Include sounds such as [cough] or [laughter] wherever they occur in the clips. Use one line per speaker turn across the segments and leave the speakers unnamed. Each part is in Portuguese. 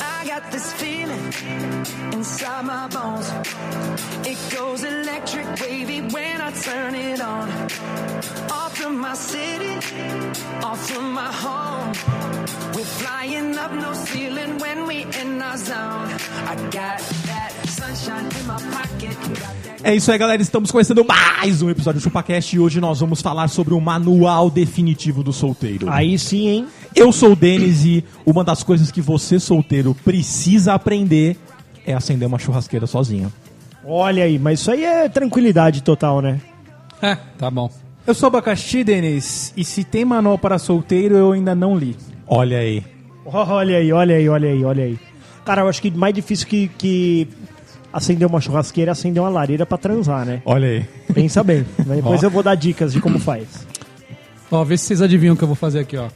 I got this feeling inside my bones. It goes electric wavy when I turn it on. Off from my city, off from my home. We're flying up no ceiling when we in our zone. I got that sunshine in my pocket. Got that
É isso aí, galera. Estamos começando mais um episódio do ChupaCast e hoje nós vamos falar sobre o manual definitivo do solteiro.
Aí sim, hein?
Eu sou o Denis e uma das coisas que você, solteiro, precisa aprender é acender uma churrasqueira sozinho.
Olha aí, mas isso aí é tranquilidade total, né?
É, tá bom.
Eu sou Abacaxi, Denis, e se tem manual para solteiro, eu ainda não li.
Olha aí.
Olha aí, olha aí, olha aí, olha aí. Cara, eu acho que mais difícil que, que acender uma churrasqueira é acender uma lareira pra transar, né?
Olha aí.
Pensa [laughs] bem. Mas depois eu vou dar dicas de como faz.
Ó, vê se vocês adivinham o que eu vou fazer aqui, ó.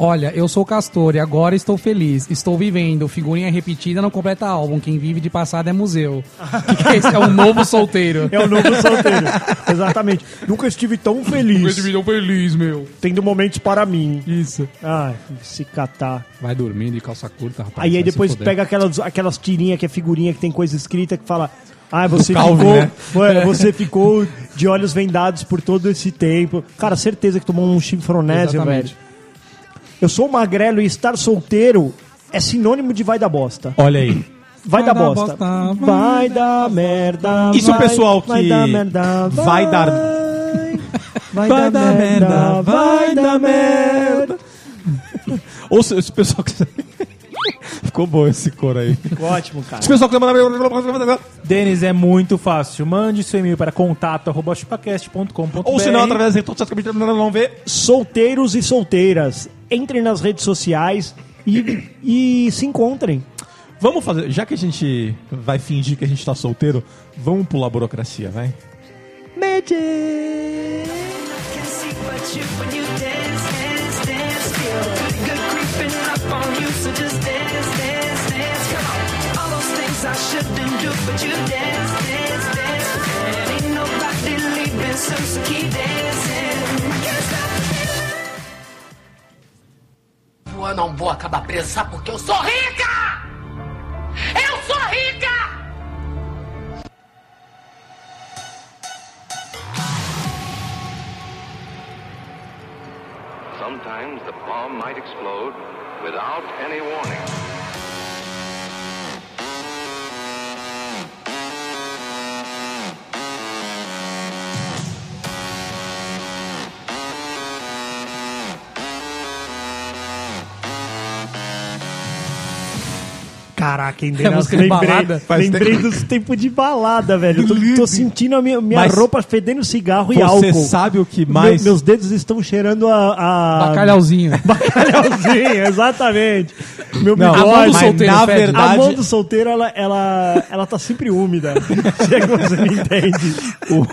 Olha, eu sou castor e agora estou feliz. Estou vivendo. Figurinha repetida não completa álbum. Quem vive de passado é [laughs] museu. Que que é isso? É um novo solteiro.
É o novo solteiro. [laughs] Exatamente. Nunca estive tão feliz
tão feliz, meu.
tendo momentos para mim.
Isso.
Ah, se catar.
Vai dormindo de calça curta, rapaz.
Aí, aí
Tá, vai se
depois
foder.
pega aquelas, aquelas tirinhas que é figurinha que tem coisa escrita que fala. Ah, você
Calvin,
ficou.
né?
Ué, você ficou de olhos vendados por todo esse tempo. Cara, certeza que tomou um chifronésio,
Exatamente.
velho. Eu sou magrelo e estar solteiro é sinônimo de vai da bosta.
Olha aí.
Vai,
Vai
dar
dar
bosta.
bosta,
Vai dar merda.
Isso,
vai,
pessoal,
vai
que
dar merda.
vai dar-
Vai, vai dar merda. Vai dar merda.
Ou se esse pessoal que. [laughs] Ficou bom esse coro aí.
Ótimo, cara.
Esse pessoal que tá manda.
Denis, é muito fácil. Mande seu e-mail para contato.chupacast.com.br
Ou se não, através das redes sociais que tá não vê.
solteiros e solteiras, entrem nas redes sociais e, e se encontrem.
Vamos fazer. Já que a gente vai fingir que a gente tá solteiro, vamos pular a burocracia, vai.
can see but you when you dance, dance, dance. Feel good, good creeping up on you, so just dance, dance, dance. Come on, all those things I shouldn't do, but you dance, dance, dance. And ain't nobody leaving, so, so keep dancing. Can't stop the feeling.
Eu não vou acabar presa sabe? porque eu sou rica! Eu sou rica!
Sometimes the bomb might explode without any warning.
Caraca, hein,
É música de balada?
lembrei,
Faz
lembrei dos tempos de balada, velho. Eu tô, tô sentindo a minha, minha
Mas
roupa fedendo cigarro e
Você
álcool.
sabe o que
Meu-
mais.
meus dedos estão cheirando a. a...
Bacalhauzinho.
[laughs] Bacalhauzinho, exatamente. Meu
Não,
A mão
bigode.
do
mas
solteiro
na
fede.
verdade,
A mão do solteiro, ela, ela, ela tá sempre
[laughs]
úmida. Se é que você me entende.
O-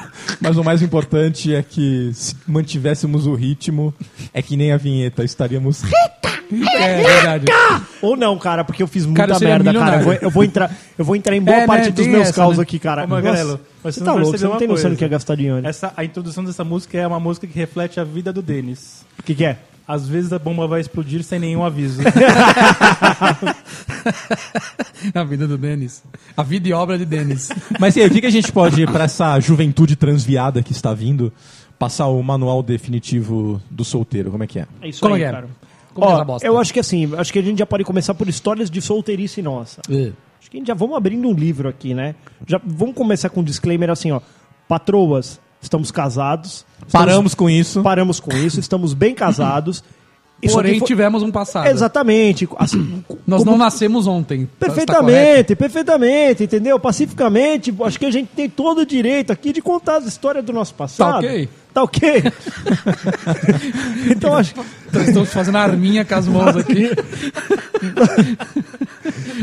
mas o mais importante é que se mantivéssemos o ritmo, é que nem a vinheta, estaríamos.
É, verdade.
Ou não, cara, porque eu fiz muita
Cara, eu seria
merda, cara. Eu
milionário.
vou, eu vou entrar, eu vou entrar em boa
É, né?
parte dos
Tem
meus
essa,
caos
né?
aqui, cara.
Ô, Magrelo,
Nossa,
mas
você tá
você não
louco, você
percebeu
não
uma
tem noção
coisa.
do que é gastar dinheiro.
Essa, a introdução dessa música é uma música que reflete a vida do Denis.
O que, que é?
Às vezes a bomba vai explodir sem nenhum aviso.
A vida do Denis. A vida e obra de Denis.
Mas e aí, o que, que a gente pode, pra essa juventude transviada que está vindo, passar o manual definitivo do solteiro? Como é que é?
[laughs] É isso
Como
aí,
é?
cara.
Como é
Ó,
essa bosta?
eu acho que assim, acho que a gente já pode começar por histórias de solteirice nossa. Acho que a gente já vamos abrindo um livro aqui, né? Já vamos começar com um disclaimer assim, ó. Patroas, estamos casados. estamos-
Paramos com isso.
Paramos com isso, estamos bem
[laughs]
casados. Isso
Porém,
aqui foi-
tivemos um passado.
Exatamente. assim,
Nós
como-
não nascemos ontem. Tá- tá correto?
Perfeitamente, perfeitamente, entendeu? Pacificamente, acho que a gente tem todo o direito aqui de contar as histórias do nosso passado.
Tá ok.
Tá ok? [laughs] então acho
Então, estou fazendo arminha com as mãos aqui.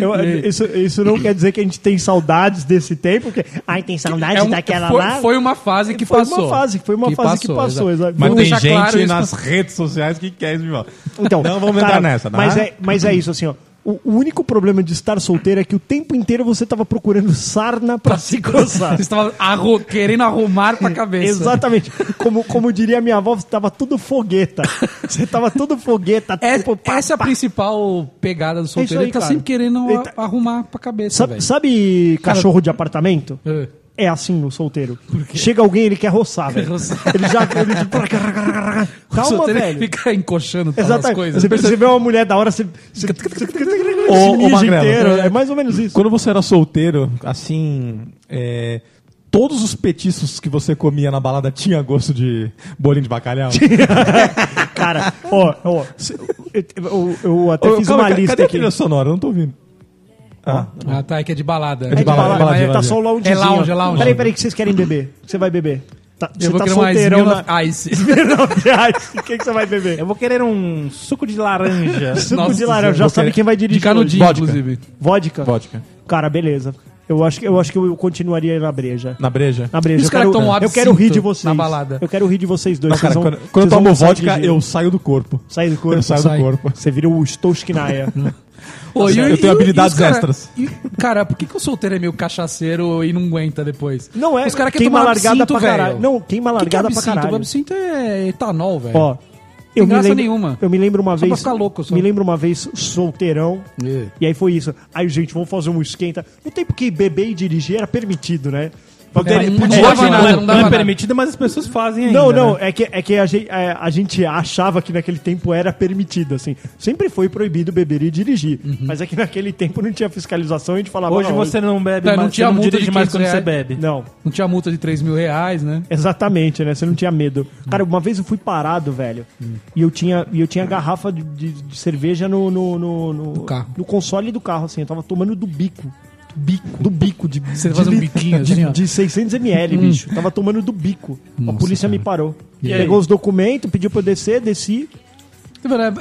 eu- isso, isso não quer dizer que a gente tem saudades desse tempo, porque. Ai, tem saudade
É um-
daquela
foi,
lá.
foi uma fase que
Foi uma
passou.
fase, foi uma fase que passou,
exato.
exato.
Mas
Vamos
tem
deixar
gente
claro isso.
nas redes sociais que quer esse bigode.
Então,
não vamos entrar
cara,
nessa,
tá?
né?
Mas é, mas é isso, assim, ó. O o único problema de estar solteiro é que o tempo inteiro você tava procurando sarna pra
[laughs]
se coçar.
Vocês estavam arru- querendo arrumar
[laughs]
pra cabeça.
Exatamente. Como, como diria minha avó, você tava tudo fogueta. Você tava tudo fogueta.
É,
tipo, pá,
essa é a
pá.
principal pegada do solteiro.
aí,
ele tá
cara.
sempre querendo
Ele tá-
a- arrumar pra cabeça,
Sabe,
velho.
sabe
Cara,
cachorro de apartamento?
É.
É assim o solteiro. Chega alguém, ele quer roçar, velho.
roçar.
Ele já. Ele... tipo, Calma,
solteiro
velho.
fica encoxando todas as
Exatamente.
coisas.
Você percebeu uma mulher da hora, você. você...
Ô, ô,
se mija
Magrelo.
inteiro. É mais ou menos isso.
Quando você era solteiro, assim. é, todos os petiscos que você comia na balada tinha gosto de bolinho de bacalhau?
Cara, ó, ó. Eu, eu- eu até
Ô,
fiz
calma,
uma
ca-
lista
cadê a
aqui.
trilha sonora? Eu não tô ouvindo. Ah,
Ah, tá. É que é de balada.
de
É de
balada,
balada,
é balada,
mas
é
Tá
balada.
só o loungezinho.
É lounge, é lounge.
Peraí, peraí, que vocês querem beber? O que você vai beber? Tá,
Eu
você
vou
tá
querer mais Ah,
solteirão
Mila
na... [laughs]
Ice.
O que, que você vai beber?
Eu vou querer um suco de laranja.
Suco
Nossa,
de laranja, já
vou
sabe
querer-
quem vai
De
dirigir.
canudinho,
Vodka.
inclusive.
hoje. Vodka?
Vodka.
Cara, beleza. Eu acho que eu, acho que eu continuaria na breja.
na breja?
Na breja.
E os
eu
caras
quero-
tomam um
Eu
absinto
quero rir de vocês.
na balada?
Eu quero rir de vocês dois.
Não, cara,
vocês vão-
quando, quando eu
vocês
tomo
vão sair de
vodka,
giro.
eu saio do corpo.
Sai do corpo.
Eu saio
sai.
do corpo.
Você vira o
[laughs]
Stousknaya.
Ô,
Eu tenho habilidades
os cara-
extras.
e- cara, por que, que o solteiro é meio cachaceiro e não aguenta depois?
Não é.
Os caras querem
queima
tomar
largada
absinto,
pra caralho.
velho.
Não, queima
O que que é
largada pra
absinto?
caralho.
Absinto é etanol, velho.
Ó, eu
Tem
me
graça
lembro,
nenhuma.
Eu me lembro uma
Só pra
vez.
ficar louco, só. É.
Me lembro uma vez solteirão. E aí foi isso. Aí, gente, vamos fazer um esquenta. No tempo que beber e dirigir era permitido, né?
Era- um
Poder-
não
é,
dava
é,
nada, não dava
é
nada.
permitido, mas as pessoas fazem ainda.
não, não,
né?
é que, é que a, gente, é, a gente achava que naquele tempo era permitido, assim. Sempre foi proibido beber e dirigir. Mas é que naquele tempo não tinha fiscalização e a gente falava...
Hoje
não,
você não bebe,
Uhum. Não, não
mais,
tinha
você não
multa de
dirige mais
500
quando você
reais.
bebe.
Não,
Não tinha multa de 3 mil reais, né?
Exatamente, né? Você não tinha medo.
Uhum.
Cara, uma vez eu fui parado, velho. E eu tinha, e eu tinha garrafa de, de- de cerveja no, no, no, no,
carro.
no console do carro, assim. Eu tava tomando do bico. Do bico. Do bico. De,
Você
de
faz um
li-
biquinho,
de,
assim, ó.
de 600ml, bicho. Eu Tava tomando do bico. a
Nossa,
polícia me
cara.
parou.
aí?
Pegou os documentos, pediu pra eu descer, desci.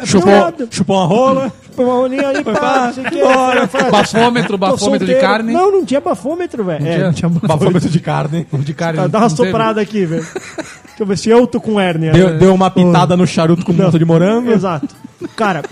Chupou.
Nada.
Chupou uma rola.
Foi uma rolinha aí, pá, não sei o que. Eu falei,
Bafômetro,
tô
bafômetro de
solteiro.
carne.
Não, não tinha bafômetro, velho. É,
tinha?
não tinha bafômetro.
Bafômetro de carne.
De cara,
Tá, Dá uma
não teve.
soprada aqui, velho. Deixa eu ver se eu tô com hérnia.
Deu, deu uma pitada no charuto com monta de morango.
Exato. Cara,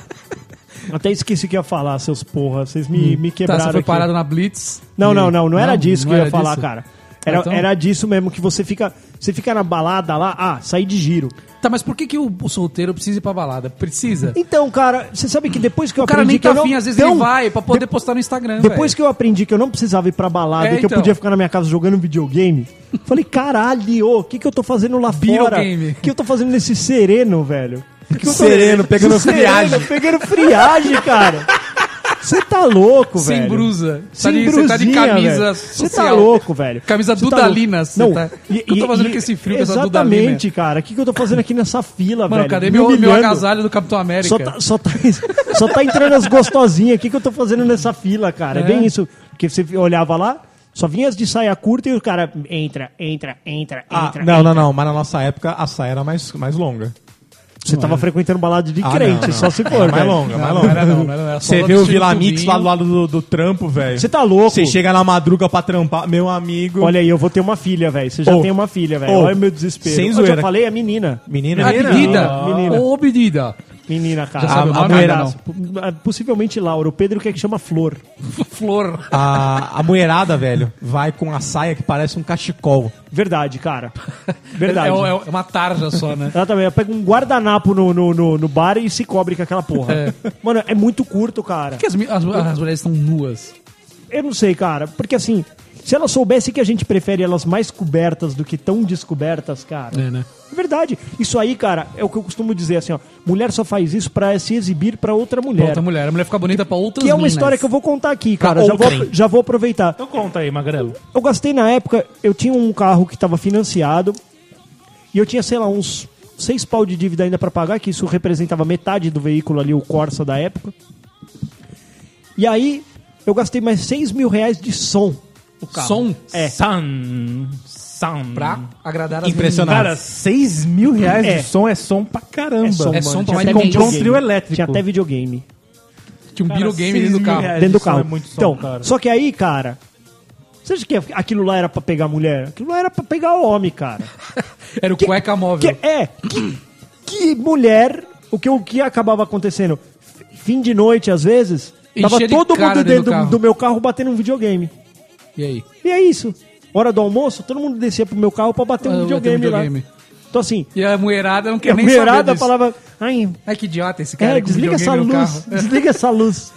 até esqueci o que eu ia falar, seus porra. Vocês me, me
Tá,
quebraram
você foi
aqui.
parado na Blitz.
Não,
E-
não, não. Não era disso
não
que eu ia
era
falar,
disso?
cara. Era,
Ah, então?
era disso mesmo que você fica. Você fica na balada lá, ah, saí de giro.
Tá, mas por que, que o, o solteiro precisa ir pra balada? Precisa.
Então, cara, você sabe que depois que eu
O cara
aprendi
nem
que eu
tá
não-
afim, às vezes
Então,
ele vai pra poder postar no Instagram.
Depois
velho.
que eu aprendi que eu não precisava ir pra balada
É,
e que eu
então.
podia ficar na minha casa jogando
[laughs]
videogame, falei, caralho, o que, que eu tô fazendo lá fora?
Videogame.
O que eu tô fazendo nesse sereno, velho? Que que eu tô-
Sereno, pegando
[laughs] Sereno,
friagem.
Pegando friagem, cara. Você tá louco,
Sem
velho.
brusa.
Sem
de,
brusinha,
Você tá de camisa
velho. Você tá
social.
louco, velho.
Camisa
Você tá
Dudalina.
louco.
você
Não,
tá... O que eu tô fazendo com esse frio, com essa Dudalina?
Exatamente, cara. O que, que eu tô fazendo aqui nessa fila,
Mano,
velho?
cadê
Me
meu, meu
humilhando.
agasalho do Capitão América?
Só tá, só, tá, [laughs] só tá entrando as gostosinhas. O que, que eu tô fazendo nessa fila, cara? É,
É.
bem isso. Porque você olhava lá, só vinha as de saia curta e o cara entra, entra, entra,
Ah,
entra.
não, não, não. Mas na nossa época a saia era mais, mais longa.
Você tava frequentando balada de
Ah,
crente,
não, não.
só se
Era
for,
mais
velho.
longa, mais
Não,
longa.
era não, não era, era só
Você
lá
vê
do
o Vila
Instituto
Mix lá do
Vinho.
lado do, do trampo, velho.
Você tá louco.
Você chega na madruga pra trampar. Meu amigo.
Olha aí, eu vou ter uma filha, velho. Você já
Ô,
tem uma filha, velho.
ô,
Olha o meu desespero.
sem
Eu
zoeira.
já falei, é menina.
Menina,
Ah, Pedida!
Menina.
Ô, Pedida!
Menina, cara.
Já sabe o
Ah,
nome?
mulherada. Possivelmente Laura. O Pedro quer que chama Flor.
Flor.
A, a mulherada, velho, vai com a saia que parece um cachecol.
Verdade,
[laughs]
cara.
É,
Verdade.
é uma tarja só, né?
Ela também, ela pega um guardanapo no, no, no, no bar e se cobre com aquela porra.
É.
Mano, é muito curto, cara.
Por que as, mi- as- as mulheres estão nuas?
Eu não sei, cara. Porque assim, se elas soubessem que a gente prefere elas mais cobertas do que tão descobertas, cara.
É, né?
Verdade. Isso aí, cara, é o que eu costumo dizer, assim, ó. Mulher só faz isso pra se exibir pra outra mulher.
Pra outra mulher. A mulher fica bonita pra outras
É. Que é uma
minas.
história que eu vou contar aqui,
Pra
cara. Já vou,
outrem.
já vou aproveitar.
Então conta aí, Magrelo.
Eu gastei na época, eu tinha um carro que estava financiado e eu tinha, sei lá, uns seis pau de dívida ainda para pagar, que isso representava metade do veículo ali, o Corsa da época. E aí eu gastei mais seis mil reais de som. no carro.
Som?
É.
Sun. sound.
Pra agradar as
Impressionante.
Cara, 6 mil reais
É.
de som é som pra caramba.
É som,
mano.
É som pra
Tinha
mais
que
ninguém.
comprar um
Videogame.
trio elétrico.
Tinha até videogame
meninas. Tinha um
Cara,
birogame
seis
dentro do
mil
carro.
reais. É,
dentro do
isso é
carro.
muito som,
então,
cara.
só que aí, cara. Você acha que aquilo lá era pra pegar mulher? Aquilo lá era pra pegar homem, cara.
Era o
Que-
cueca móvel.
Que, é, que, que mulher, o que, o que acabava acontecendo? F- Fim de noite, às vezes,
Enchia
tava
de
todo
cara
mundo
dentro do
dentro do,
carro.
do meu carro batendo um videogame.
E aí?
E é isso. Hora do almoço, todo mundo descia pro meu carro pra bater um
Ah, bater um
videogame,
videogame.
lá. Então assim,
E a mulherada não quer
a
nem saber
mulherada
disso.
falava, ai,
Ai, que idiota esse cara.
é,
com
desliga essa
videogame
luz,
no carro.
desliga essa
[laughs]
luz.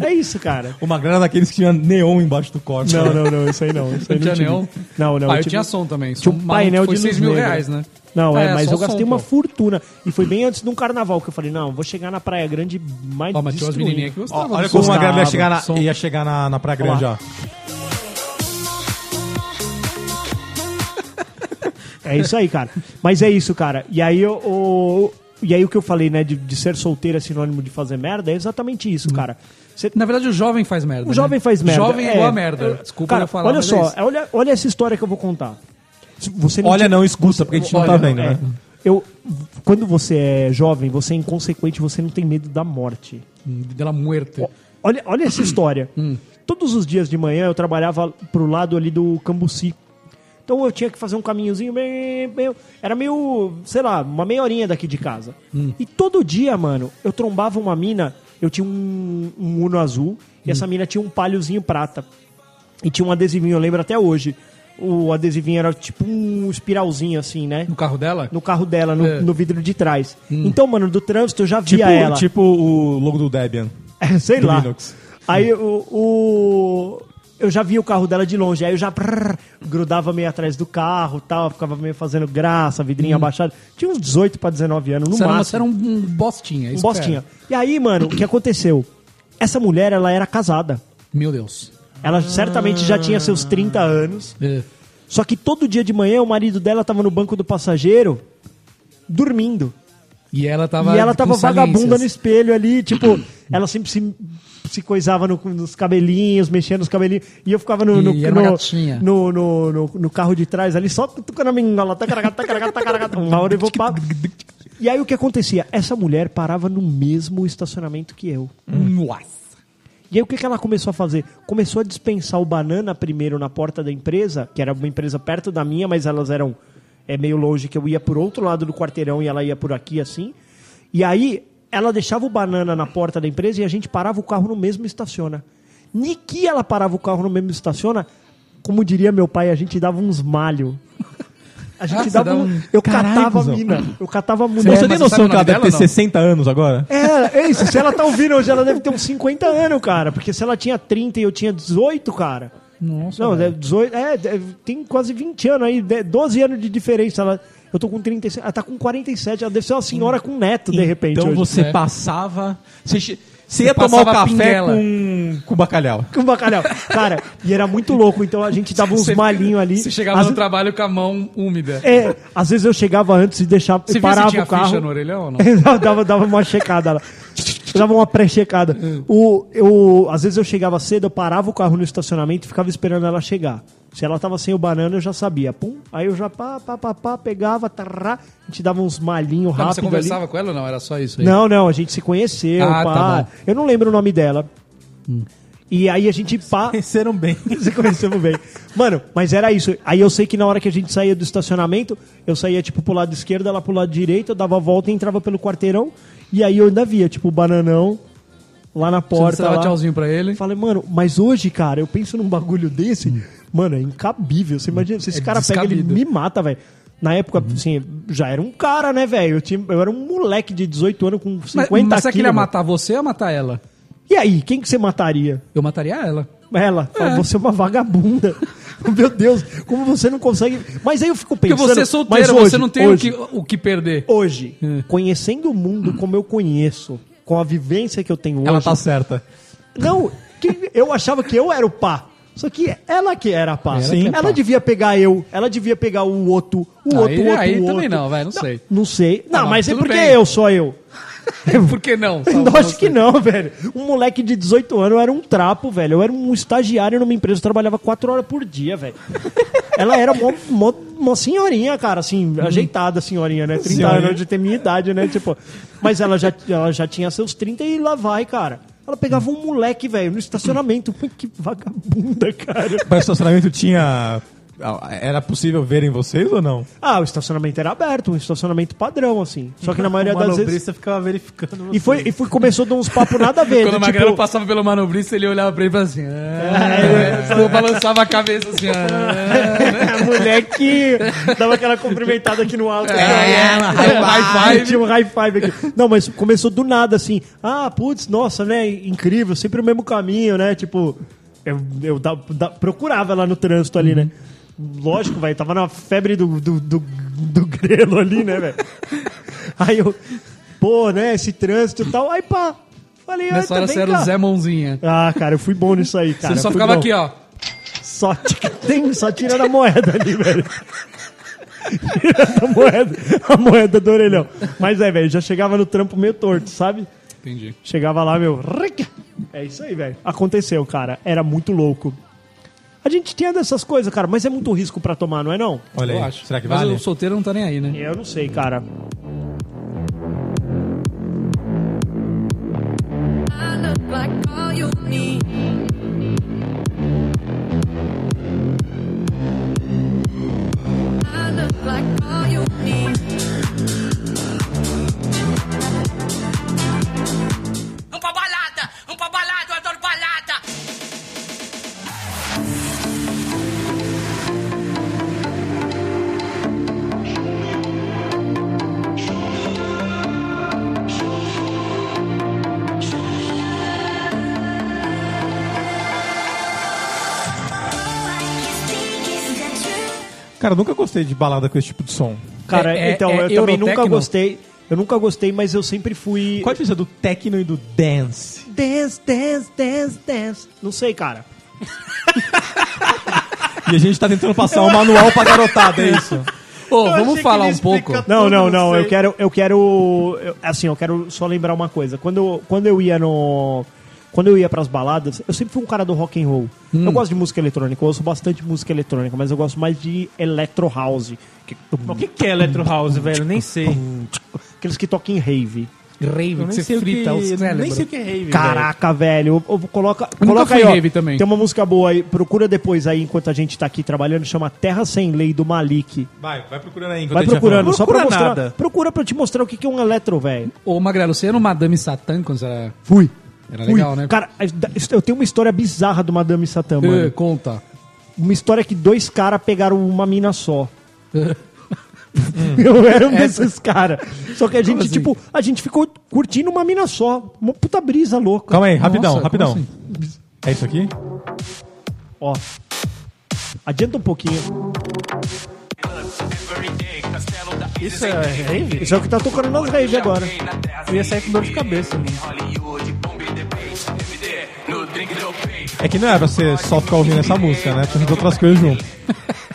É isso, cara.
Uma grana daqueles que tinha neon embaixo do corte.
Não, não, não, isso aí não. Isso aí
Não tinha
tive.
neon?
Não, não.
Ah, eu
tive-
tinha som também.
Tinha um
Som-
painel
foi
de
seis
luz
mil
negra.
reais, né?
Não,
Ah,
é,
é,
mas
só
eu
o
gastei
som,
uma
pô.
fortuna. E foi bem antes de um carnaval que eu falei, não, vou chegar na Praia Grande mais
Ó, mas tinha umas
destruindo.
menininhas que
Ó,
gostavam.
olha
disso.
como uma grana ia
Gustavo,
chegar na,
som.
ia chegar na, na Praia Grande, ó.
É isso aí, cara. Mas é isso, cara. E aí eu- o e aí o que eu falei, né, de, de ser solteira é sinônimo de fazer merda, é exatamente isso, cara. Você-
Na verdade, o jovem faz merda.
o jovem faz merda.
Jovem é igual a merda. Desculpa
cara,
eu falar.
Olha
mas
só,
é isso.
olha, olha essa história que eu vou contar. Se Você não
Olha,
tinha-
não escuta, porque a gente não
Olha,
tá vendo,
É,
né?
eu, quando você é jovem, você é inconsequente, você não tem medo da morte.
Dela muerte.
Ó, Olha, olha essa história. Todos os dias de manhã eu trabalhava pro lado ali do Cambuci. Então eu tinha que fazer um caminhozinho meio, meio- Era meio, sei lá, uma meia horinha daqui de casa. E todo dia, mano, eu trombava uma mina. Eu tinha um, um Uno azul e essa mina tinha um palhozinho prata. E tinha um adesivinho, eu lembro até hoje. O adesivinho era tipo um espiralzinho assim, né?
No carro dela?
No carro dela, no,
É.
no vidro de trás. Então, mano, do trânsito eu já via
Tipo,
ela.
tipo o logo do Debian.
É, sei
Do
lá.
Linux.
Aí o, o- Eu já vi o carro dela de longe, aí eu já prrr, grudava meio atrás do carro tal, ficava meio fazendo graça, vidrinha abaixada. Tinha uns 18 pra 19 anos, no
Você Hum. era, uma-
máximo.
você era um, um bostinha.
um
isso é. que
bostinha.
era.
E aí, mano, o que aconteceu? Essa mulher, ela era casada.
Meu Deus.
Ela certamente já tinha seus 30 anos.
É.
Só que todo dia de manhã o marido dela tava no banco do passageiro dormindo.
E ela tava.
e ela
com
tava vagabunda
saliências.
no espelho ali, tipo, [clears throat] ela sempre se, se coisava no- nos cabelinhos, mexia nos cabelinhos. E eu ficava no,
E
no,
era uma
no-
gatinha.
no- no- no- no carro de trás ali, só tocando a mingola, tacaracá, tacaracá, tacaracá, uma hora eu vou
[laughs]
pá. E aí o que acontecia? Essa mulher parava no mesmo estacionamento que eu.
Nossa.
E aí o que, que ela começou a fazer? Começou a dispensar o banana primeiro na porta da empresa, que era uma empresa perto da minha, mas elas eram é, meio longe, que eu ia por outro lado do quarteirão e ela ia por aqui assim. E aí ela deixava o banana na porta da empresa e a gente parava o carro no mesmo estaciona. Niki ela parava o carro no mesmo estaciona, como diria meu pai, a gente dava uns malho. A gente
Ah, você
dava
dava
um-
um-
Eu
Caralho,
catava a
cuzão.
mina. Eu catava a
É,
mulher.
você
mas
tem
você sabe
noção que
o nome
ela deve
dela
ter
ou não?
60 anos agora?
É, é isso. Se ela tá ouvindo hoje, ela deve ter uns 50 anos, cara. Porque se ela tinha 30 e eu tinha 18, cara.
Nossa.
Não,
velho.
é 18. É, deve- tem quase 20 anos aí, de- 12 anos de diferença. Ela, eu tô com 36. Ela tá com 47. Ela deve ser uma senhora com neto, de repente.
Então
hoje. [laughs]
você
É.
passava. Você, che- você ia
passava
tomar o café
pinguela.
com, com bacalhau.
Com Um bacalhau. Cara, e era muito louco. Então a gente dava uns
[laughs] Você-
malinhos ali.
Você chegava
Às-
no trabalho com a mão úmida.
É, às vezes eu chegava antes e deixava,
Você viu se
parava
tinha
o carro.
ficha no orelhão ou
[laughs]
não?
Eu dava, dava uma checada lá. Eu dava uma pré-checada. O, eu, às vezes eu chegava cedo, eu parava o carro no estacionamento e ficava esperando ela chegar. Se ela tava sem o banana, eu já sabia. Pum, aí eu já pá, pá, pá, pá, pegava, tará, a gente dava uns malinhos
Não, mas você
rápido ali.
conversava com ela ou não? Era só isso aí?
Não, não, a gente se conheceu,
Ah,
pá.
tá bom. Hum.
eu não lembro o nome dela. E aí a gente pá.
Cresceram
[laughs]
bem.
Você conhecemos bem. Mano, mas era isso. Aí eu sei que na hora que a gente saía do estacionamento, eu saía, tipo, pro lado esquerdo, ela pro lado direito, eu dava a volta e entrava pelo quarteirão. E aí eu ainda via, tipo, o bananão lá na
Você
porta.
dava
tá lá.
um tchauzinho pra ele.
Eu falei, mano, mas hoje, cara, eu penso num bagulho desse, mano, é incabível. Você imagina, se esse
Hum. É
cara pega, ele
descabido. Uhum.
me mata, velho. Na época, assim, já era um cara, né, velho? Eu, tinha- eu era um moleque de 18 anos com 50
Mas,
quilos.
mas será que ele ia matar você ou ia matar ela?
E aí, quem que você mataria?
Eu mataria ela.
Ela, fala, você é uma vagabunda. [laughs] Meu Deus, como você não consegue. Mas aí eu fico
Porque
pensando.
você é solteiro,
mas
você
hoje,
não tem
hoje,
o, que, o que perder.
Hoje,
É.
conhecendo o mundo como eu conheço, com a vivência que eu tenho hoje.
Ela tá certa.
Não, que eu achava que eu era o pá. Só que ela que era a pá.
Ela que é
ela
pá.
devia pegar eu, ela devia pegar o outro, o
Aí-
outro, o outro,
aí
o outro.
também não, vai, não sei.
Não sei. Não,
Ah, não,
mas é
tudo
porque
bem.
eu só [laughs] eu.
Por que não?
Eu acho que não, velho. Um moleque de
[laughs]
18 anos eu era um trapo, velho. Eu era um estagiário numa empresa, eu trabalhava 4 horas por dia, velho. Ela era mó, mó- mó senhorinha, cara, assim, ajeitada senhorinha, né? 30
Senhorinha.
anos de ter minha idade, né? Tipo, mas ela já, ela já tinha seus 30 e lá vai, cara. Ela pegava um moleque, velho, no estacionamento. Que vagabunda, cara.
Mas o estacionamento tinha. ah, Era possível ver em vocês ou não?
Ah, o estacionamento era aberto, um estacionamento padrão, assim. Só que na maioria
o
das vezes.
manobrista ficava verificando.
E foi, e foi, começou de uns papos nada a ver.
Quando o
do
Magrelo
tipo, é,
passava pelo manobrista, ele olhava pra ele e falava assim.
[laughs]
Ah, eu balançava a cabeça assim. Ah,
né? a mulher que dava aquela cumprimentada aqui no alto. né?
É, high
Ai,
five.
tinha um high five aqui. Não, mas começou do nada, assim. Ah, putz, nossa, né? Incrível, sempre o mesmo caminho, né? Tipo, eu, eu da- da- procurava lá no trânsito ali, né? Lógico, velho, tava na febre do, do, do, do grelo ali, né, velho? Aí eu, pô, né, esse trânsito e tal. Aí pá, falei, ah,
Nessa
então
hora
vem
você era
cá.
o Zé Mãozinha.
Ah, cara, eu fui bom nisso aí, cara.
Você só
eu fui
ficava
bom.
aqui, ó.
Só, tica- tem, só tirando a moeda ali, velho. Tirando a moeda, a moeda do orelhão. Mas é, velho, já chegava no trampo meio torto, sabe?
Entendi.
Chegava lá, meu. ric. É isso aí, velho. Aconteceu, cara. Era muito louco. A gente tinha dessas coisas, cara, mas é muito risco pra tomar, não é não?
Olha aí.
Eu acho.
Será que
Mas
vale?
o solteiro não tá nem aí, né?
Eu não sei, cara.
I look like all you need. I look like all you need.
Vamos pra balada, vamos pra balada, eu adoro balada.
Cara, eu nunca gostei de balada com esse tipo de som.
Cara,
É- é-
então,
é
eu também nunca
Eurotecno?
gostei. Eu nunca gostei, mas eu sempre fui.
Qual a diferença do techno e do dance?
Dance, dance, dance, dance. Não sei, cara.
E a gente tá tentando passar um manual pra garotada, é isso?
Ô, vamos falar um pouco.
Não, não, não. Eu quero, eu quero, eu- assim, eu quero só lembrar uma coisa. Quando, eu- quando eu ia no, quando eu ia pras baladas, eu sempre fui um cara do rock and roll.
Hum.
Eu gosto de música eletrônica. Eu ouço bastante música eletrônica, mas eu gosto mais de electro house, que-
O
Hum.
que, que é Electro House, velho? Nem sei.
aqueles que tocam em rave.
Rave,
Eu nem
você
sei o que,
frita os
eu nem sei o
cérebros.
que é rave. velho.
Caraca, velho. eu- eu- coloca,
Eu nunca
coloca
fui
aí, ó.
rave também.
Tem uma música boa aí. Procura depois aí enquanto a gente tá aqui trabalhando. Chama Terra sem Lei do Malik.
Vai, vai procurando aí.
Vai procurando, só pra
Procura
mostrar.
nada.
Procura pra te mostrar o que que é um eletro, velho.
Ô, Magrelo, você era um Madame Satã quando você era.
Fui.
Era
Tá
Fui.
legal, né?
Cara, eu tenho uma história bizarra do Madame Satã,
Eh,
É.
mano.
conta.
Uma história que dois caras pegaram uma mina
[laughs]
só. [laughs] Eu era um desses caras. Só que a gente,
assim?
tipo, a gente ficou curtindo uma mina só. Uma puta brisa louca.
Calma aí, rapidão,
Nossa,
rapidão.
como assim?
É isso aqui?
Ó. assim? Adianta um pouquinho.
Isso é rave?
Isso é o que tá tocando nas rave agora.
Eu ia sair com dor de cabeça. mano.
É que não é pra você só ficar ouvindo essa música, né? Tem outras coisas junto.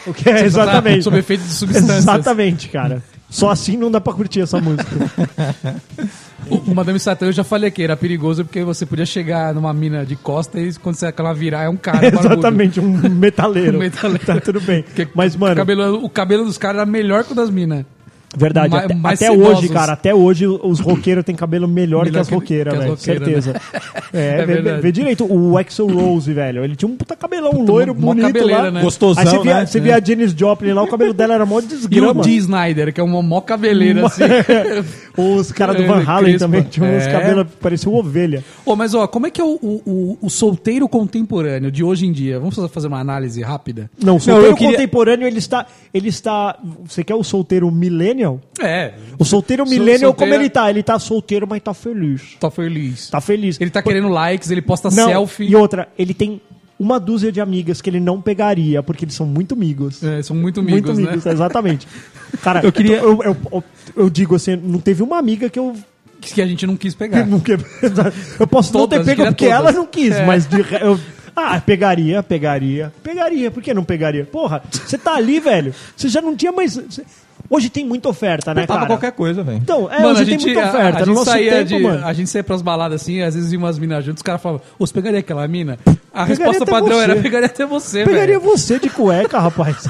O que [laughs] é
[laughs]
exatamente.
Sob efeito de substâncias.
Exatamente, cara. Só assim não dá pra curtir essa
[laughs]
música. [laughs]
O Madame Satã, eu já falei que era perigoso porque você podia chegar numa mina de costa e quando você aquela virar é um cara.
[laughs]
barbudo.
exatamente, um metaleiro.
[laughs] Um metaleiro.
Tá tudo bem.
Porque
Mas,
o
mano.
cabelo, o cabelo dos caras era melhor que o das minas.
Verdade,
Ma-
até,
mais
até
sedosos.
hoje, cara, até hoje os roqueiros têm cabelo melhor,
Melhor
que as
que-
roqueiras,
que as
velho,
roqueiras,
certeza.
[laughs]
É,
É
vê, vê-
verdade.
vê direito, o Axel Rose, velho, ele tinha um puta cabelão loiro,
mó
bonito
cabeleira,
lá.
né?
Gostosão,
Aí você via,
né?
você via a Janis Joplin lá, o cabelo dela era mó
[laughs] E o
desgrama.
D. Snyder, que é uma mó cabeleira, assim.
[laughs] Os caras do
É,
Van Halen
crespo.
também tinham uns
É.
cabelos que pareciam ovelha.
Ô, mas ó, como é que é o, o- o- o solteiro contemporâneo de hoje em dia? Vamos fazer uma análise rápida?
Não, o solteiro
eu queria-
contemporâneo, ele está, ele está... Você quer o solteiro millennial?
É,
O solteiro millennial, como
solteira-
ele tá? Ele tá solteiro, mas tá feliz.
tá feliz.
Tá feliz.
Ele tá querendo likes, ele posta
Não,
selfie.
E outra, ele tem uma dúzia de amigas que ele não pegaria, porque eles são muito amigos.
É, são muito amigos,
muito amigos,
né? [laughs]
exatamente. Cara, eu, queria... eu, eu, eu- eu digo assim, não teve uma amiga que eu.
Que a gente não quis pegar.
não que- [laughs] eu posso
É. Todas,
não ter pego
queria
porque
todas. É.
ela não quis, mas de re- eu. Ah, pegaria, pegaria, pegaria. Por que não pegaria? Porra, você tá ali, velho. Você já não tinha mais. você- Hoje tem muita oferta, né,
Tava
cara?
qualquer coisa, velho.
Então, é,
mano,
hoje
a gente,
tem muita
a-
oferta.
a,
no
gente
nosso
saía
tempo,
de,
mano.
A gente saía pras baladas assim, às vezes ia umas minas juntas, os caras falavam, ô, você pegaria aquela mina? A resposta
até
padrão
você.
era, pegaria até você,
Pegaria
velho.
você de cueca,
[laughs]
rapaz.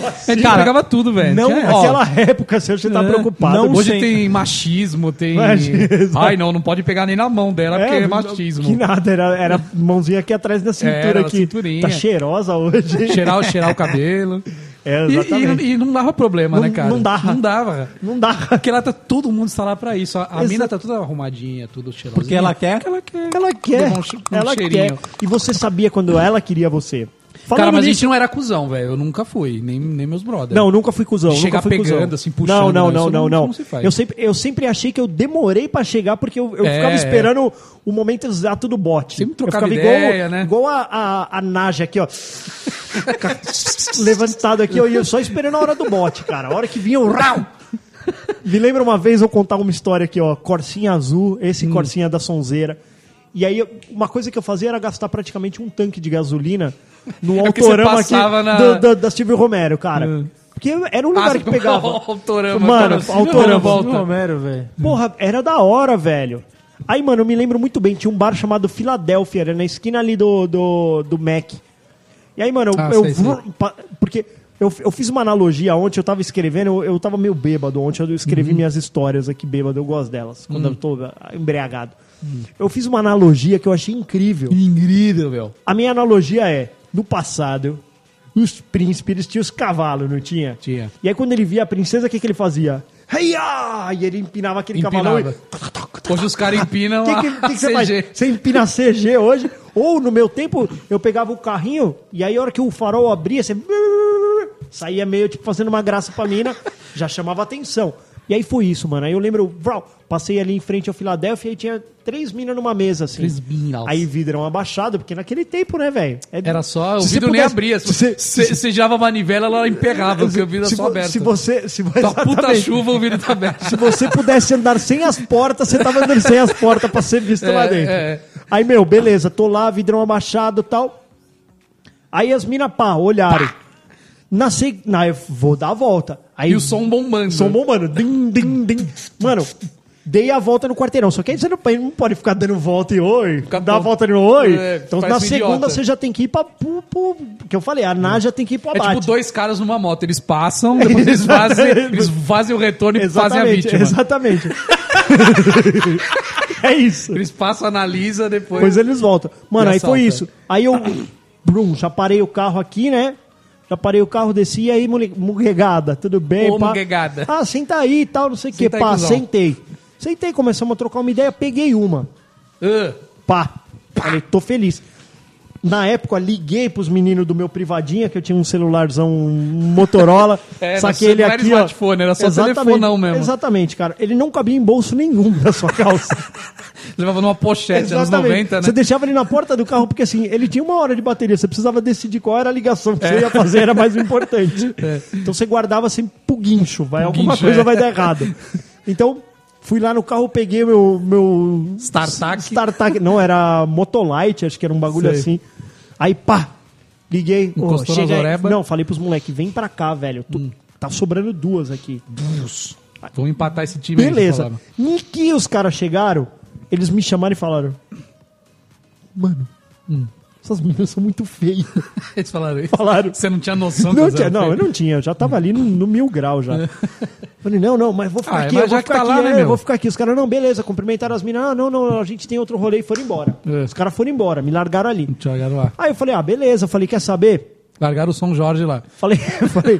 A gente
Cara,
pegava tudo, velho.
Não
Tinha- ó,
naquela época, se você tá
é,
preocupado.
não
Hoje
sei.
tem machismo, tem...
Machismo.
Ai, não, não pode pegar nem na mão dela, porque é machismo.
Que nada, era,
[laughs]
era mãozinha aqui atrás da cintura.
Era,
aqui.
cinturinha.
Tá cheirosa hoje. hein?
Cheirar, cheirar o cabelo.
É,
E-
exatamente.
E, e não dava problema,
Não-
né, cara?
não dava.
Não dava.
Não dá.
Porque lá tá todo mundo está lá pra isso. A, a
Exa-
mina tá toda arrumadinha, tudo cheirosa.
Porque ela quer.
Ela quer.
Ela quer.
Levar um che- um
ela quer.
cheirinho.
E você sabia quando ela queria você. Falando
cara, mas a
nisso-
gente não era cuzão, velho. Eu nunca fui, nem, nem meus brothers.
Não, nunca fui cuzão.
Chegar
nunca fui
pegando,
cuzão.
assim, puxando,
Não,
né?
não,
Isso
não,
não-
não.
não se
não.
faz.
Eu, sempre, eu sempre achei que eu demorei pra chegar porque eu, eu
É.
ficava esperando o momento exato do bote.
Sempre
eu
trocava
ficava
ideia,
igual,
né?
igual a, a, a Naja aqui, ó.
[laughs]
Levantado aqui, eu ia só esperando a hora do bote, cara. A hora que vinha o rau! Me lembra uma vez eu contar uma história aqui, ó. Corsinha azul, esse
Hum.
corsinha da sonzeira. E aí, eu- uma coisa que eu fazia era gastar praticamente um tanque de gasolina no
É o que você
autorama aqui
passava na- Hum. Ah,
do- do- da Silvio Romero, cara. Porque era um lugar
você
que pegava.
comprava o Autorama,
Mano,
cara, assim. Silvio
autorama.
Romero.
Volta. Romero, velho.
Porra, era da hora, velho. Aí, mano, eu me lembro muito bem, tinha um bar chamado Filadélfia, era na esquina ali do, do, do Mac. E aí, mano, eu,
Ah,
eu
sei,
vru- pa- porque eu, eu fiz uma analogia ontem, eu tava escrevendo, eu, eu tava meio bêbado ontem, eu escrevi
Uhum.
minhas histórias aqui bêbado, eu gosto delas, quando eu tô ah, embriagado.
Uhum.
Eu fiz uma analogia que eu achei incrível.
Incrível, velho.
A minha analogia é: no passado, os príncipes eles tinham os cavalos, não tinha?
Tinha.
E aí, quando ele via a princesa, o que, que ele fazia? Heia! E ele empinava aquele cavalo.
Empinava.
O
Hoje os caras empinam
que, que,
a
que que você faz?
CG.
Você empina a CG hoje? Ou no meu tempo, eu pegava o carrinho e aí, a hora que o farol abria, você. Saía meio tipo fazendo uma graça pra mina, já chamava atenção. E aí foi isso, mano. Aí eu lembro, vrau, passei ali em frente ao Filadélfia e tinha três minas numa mesa, assim.
Três minas.
Aí vidrão abaixado, porque naquele tempo, né, velho? É-
Era só, o
se
vidro
você
nem
pudesse-
abria. Se
se-
você se, se girava a manivela, ela emperrava, porque o vidro era
se
só
vo-
aberto.
Se você, se você,
Tá puta
exatamente.
chuva, o vidro tá aberto.
Se você pudesse andar sem as portas, você tava andando sem as portas pra ser visto
É,
lá dentro.
é.
Aí, meu, beleza, tô lá, vidrão abaixado e tal. Aí as mina, pá, olharam. Na seg... Na, eu vou dar a volta. Aí,
E o som bombando. É tipo
Som bombando. Dim, dim, dim. Mano, dei a volta no quarteirão. Só que aí você não, não pode ficar dando volta e oi.
Fica
dá a
bom.
volta no oi.
É,
então
parece
na
um
segunda
idiota.
você já tem que ir pra. Pro, pro- que eu falei, a Ná já tem que ir pro
É
abate.
tipo dois caras numa moto, eles passam, depois
[laughs]
eles fazem, eles fazem o retorno e fazem a vítima. [laughs]
Exatamente. é isso.
Eles passam, analisam, depois.
Depois eles voltam. Mano,
E
aí
assalta.
foi isso. Aí eu. [coughs] Brum, já parei o carro aqui, né? Já parei o carro, desci, e aí, mole- muguegada, tudo bem?
Ô,
pá?
muguegada.
Ah, senta aí e tal, não sei o que,
Senta aí,
pá,
cuzão.
sentei. Sentei, começamos a trocar uma ideia, peguei uma.
Ah,
Pá. Falei, tô feliz. Na época, eu liguei pros meninos do meu privadinha, que eu tinha um celularzão, um
[laughs]
Motorola.
Era,
saquei ele
não era
aqui, ó.
É, smartphone, era só
Exatamente,
telefonão mesmo.
Exatamente, cara. Ele não cabia em bolso nenhum [laughs] da sua calça.
levava numa pochete, anos
Exatamente.
90, né?
Você deixava ele na porta do carro, porque assim, ele tinha uma hora de bateria, você precisava decidir qual era a ligação que
É.
você ia fazer, era mais
[laughs]
importante. Então você guardava sempre pro guincho, vai, alguma
guincho,
coisa
é.
vai dar errado. Então, fui lá no carro, peguei meu. meu
StarTAC.
StarTAC, não, era Motolite, acho que era um bagulho
Sei.
assim. Aí, pá, liguei. ô,
Encostou na
chega aí.
zoreba. Hum.
Não, falei pros moleques, vem pra cá, velho. tô- Tá sobrando duas aqui.
Vamos empatar esse time aí,
Beleza.
falava.
Em que os caras chegaram, eles me chamaram e falaram: Mano, essas meninas são muito feias.
Hum. [laughs] Eles falaram isso.
Falaram.
Você não tinha noção
Não,
que
tinha,
eles
não,
eram É.
eu não tinha, eu já tava ali no, no mil grau já. [laughs] Falei, não, não, mas vou ficar
Ah,
aqui,
mas
eu vou
já que
ficar
tá
aqui,
lá,
é,
né, meu?
eu vou ficar aqui. Os caras, não, beleza, cumprimentaram as minas, ah, não, não, a gente tem outro rolê e foram embora.
É.
Os caras foram embora, me largaram ali.
feios. Jogaram lá.
Aí eu falei, ah, beleza, eu falei, quer saber?
Largaram o São Jorge lá.
Falei, [laughs] falei,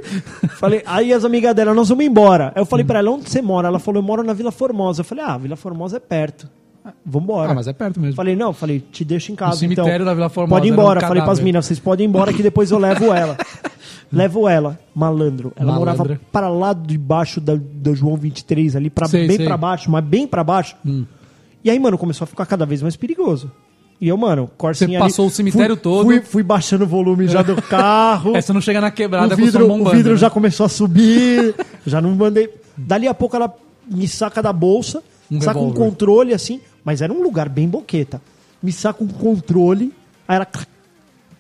falei, aí as amigas dela, nós vamos embora. Aí eu falei pra ela, onde você mora? Ela falou, eu moro na Vila Formosa. Eu falei, ah, Vila Formosa é perto. Vamos embora.
Ah, mas é perto mesmo.
Falei, não, falei, te deixo em casa.
O cemitério
então.
da Vila Formosa,
Pode ir
era um
embora. falei
cadáver.
pras minas, vocês podem ir embora que depois eu levo ela.
[laughs]
levo ela, malandro. Ela
Malandra.
morava para lá debaixo da, da João 23, ali, pra,
Sei,
bem
sei. Hum.
pra baixo, mas bem pra baixo. E aí, mano, começou a ficar cada vez mais perigoso. E eu, mano, corsinha ali,
passou o cemitério
fui-
todo.
Fui, fui baixando o volume já
[laughs]
do carro.
É, você não chega na quebrada
O
com o som
vidro, o
bombando.
vidro
né?
já começou a subir, [laughs] já não mandei. Dali a pouco ela me saca da bolsa,
Um
saca um
revólver.
controle assim, mas era um lugar bem boqueta. Me saca um controle, aí ela clac,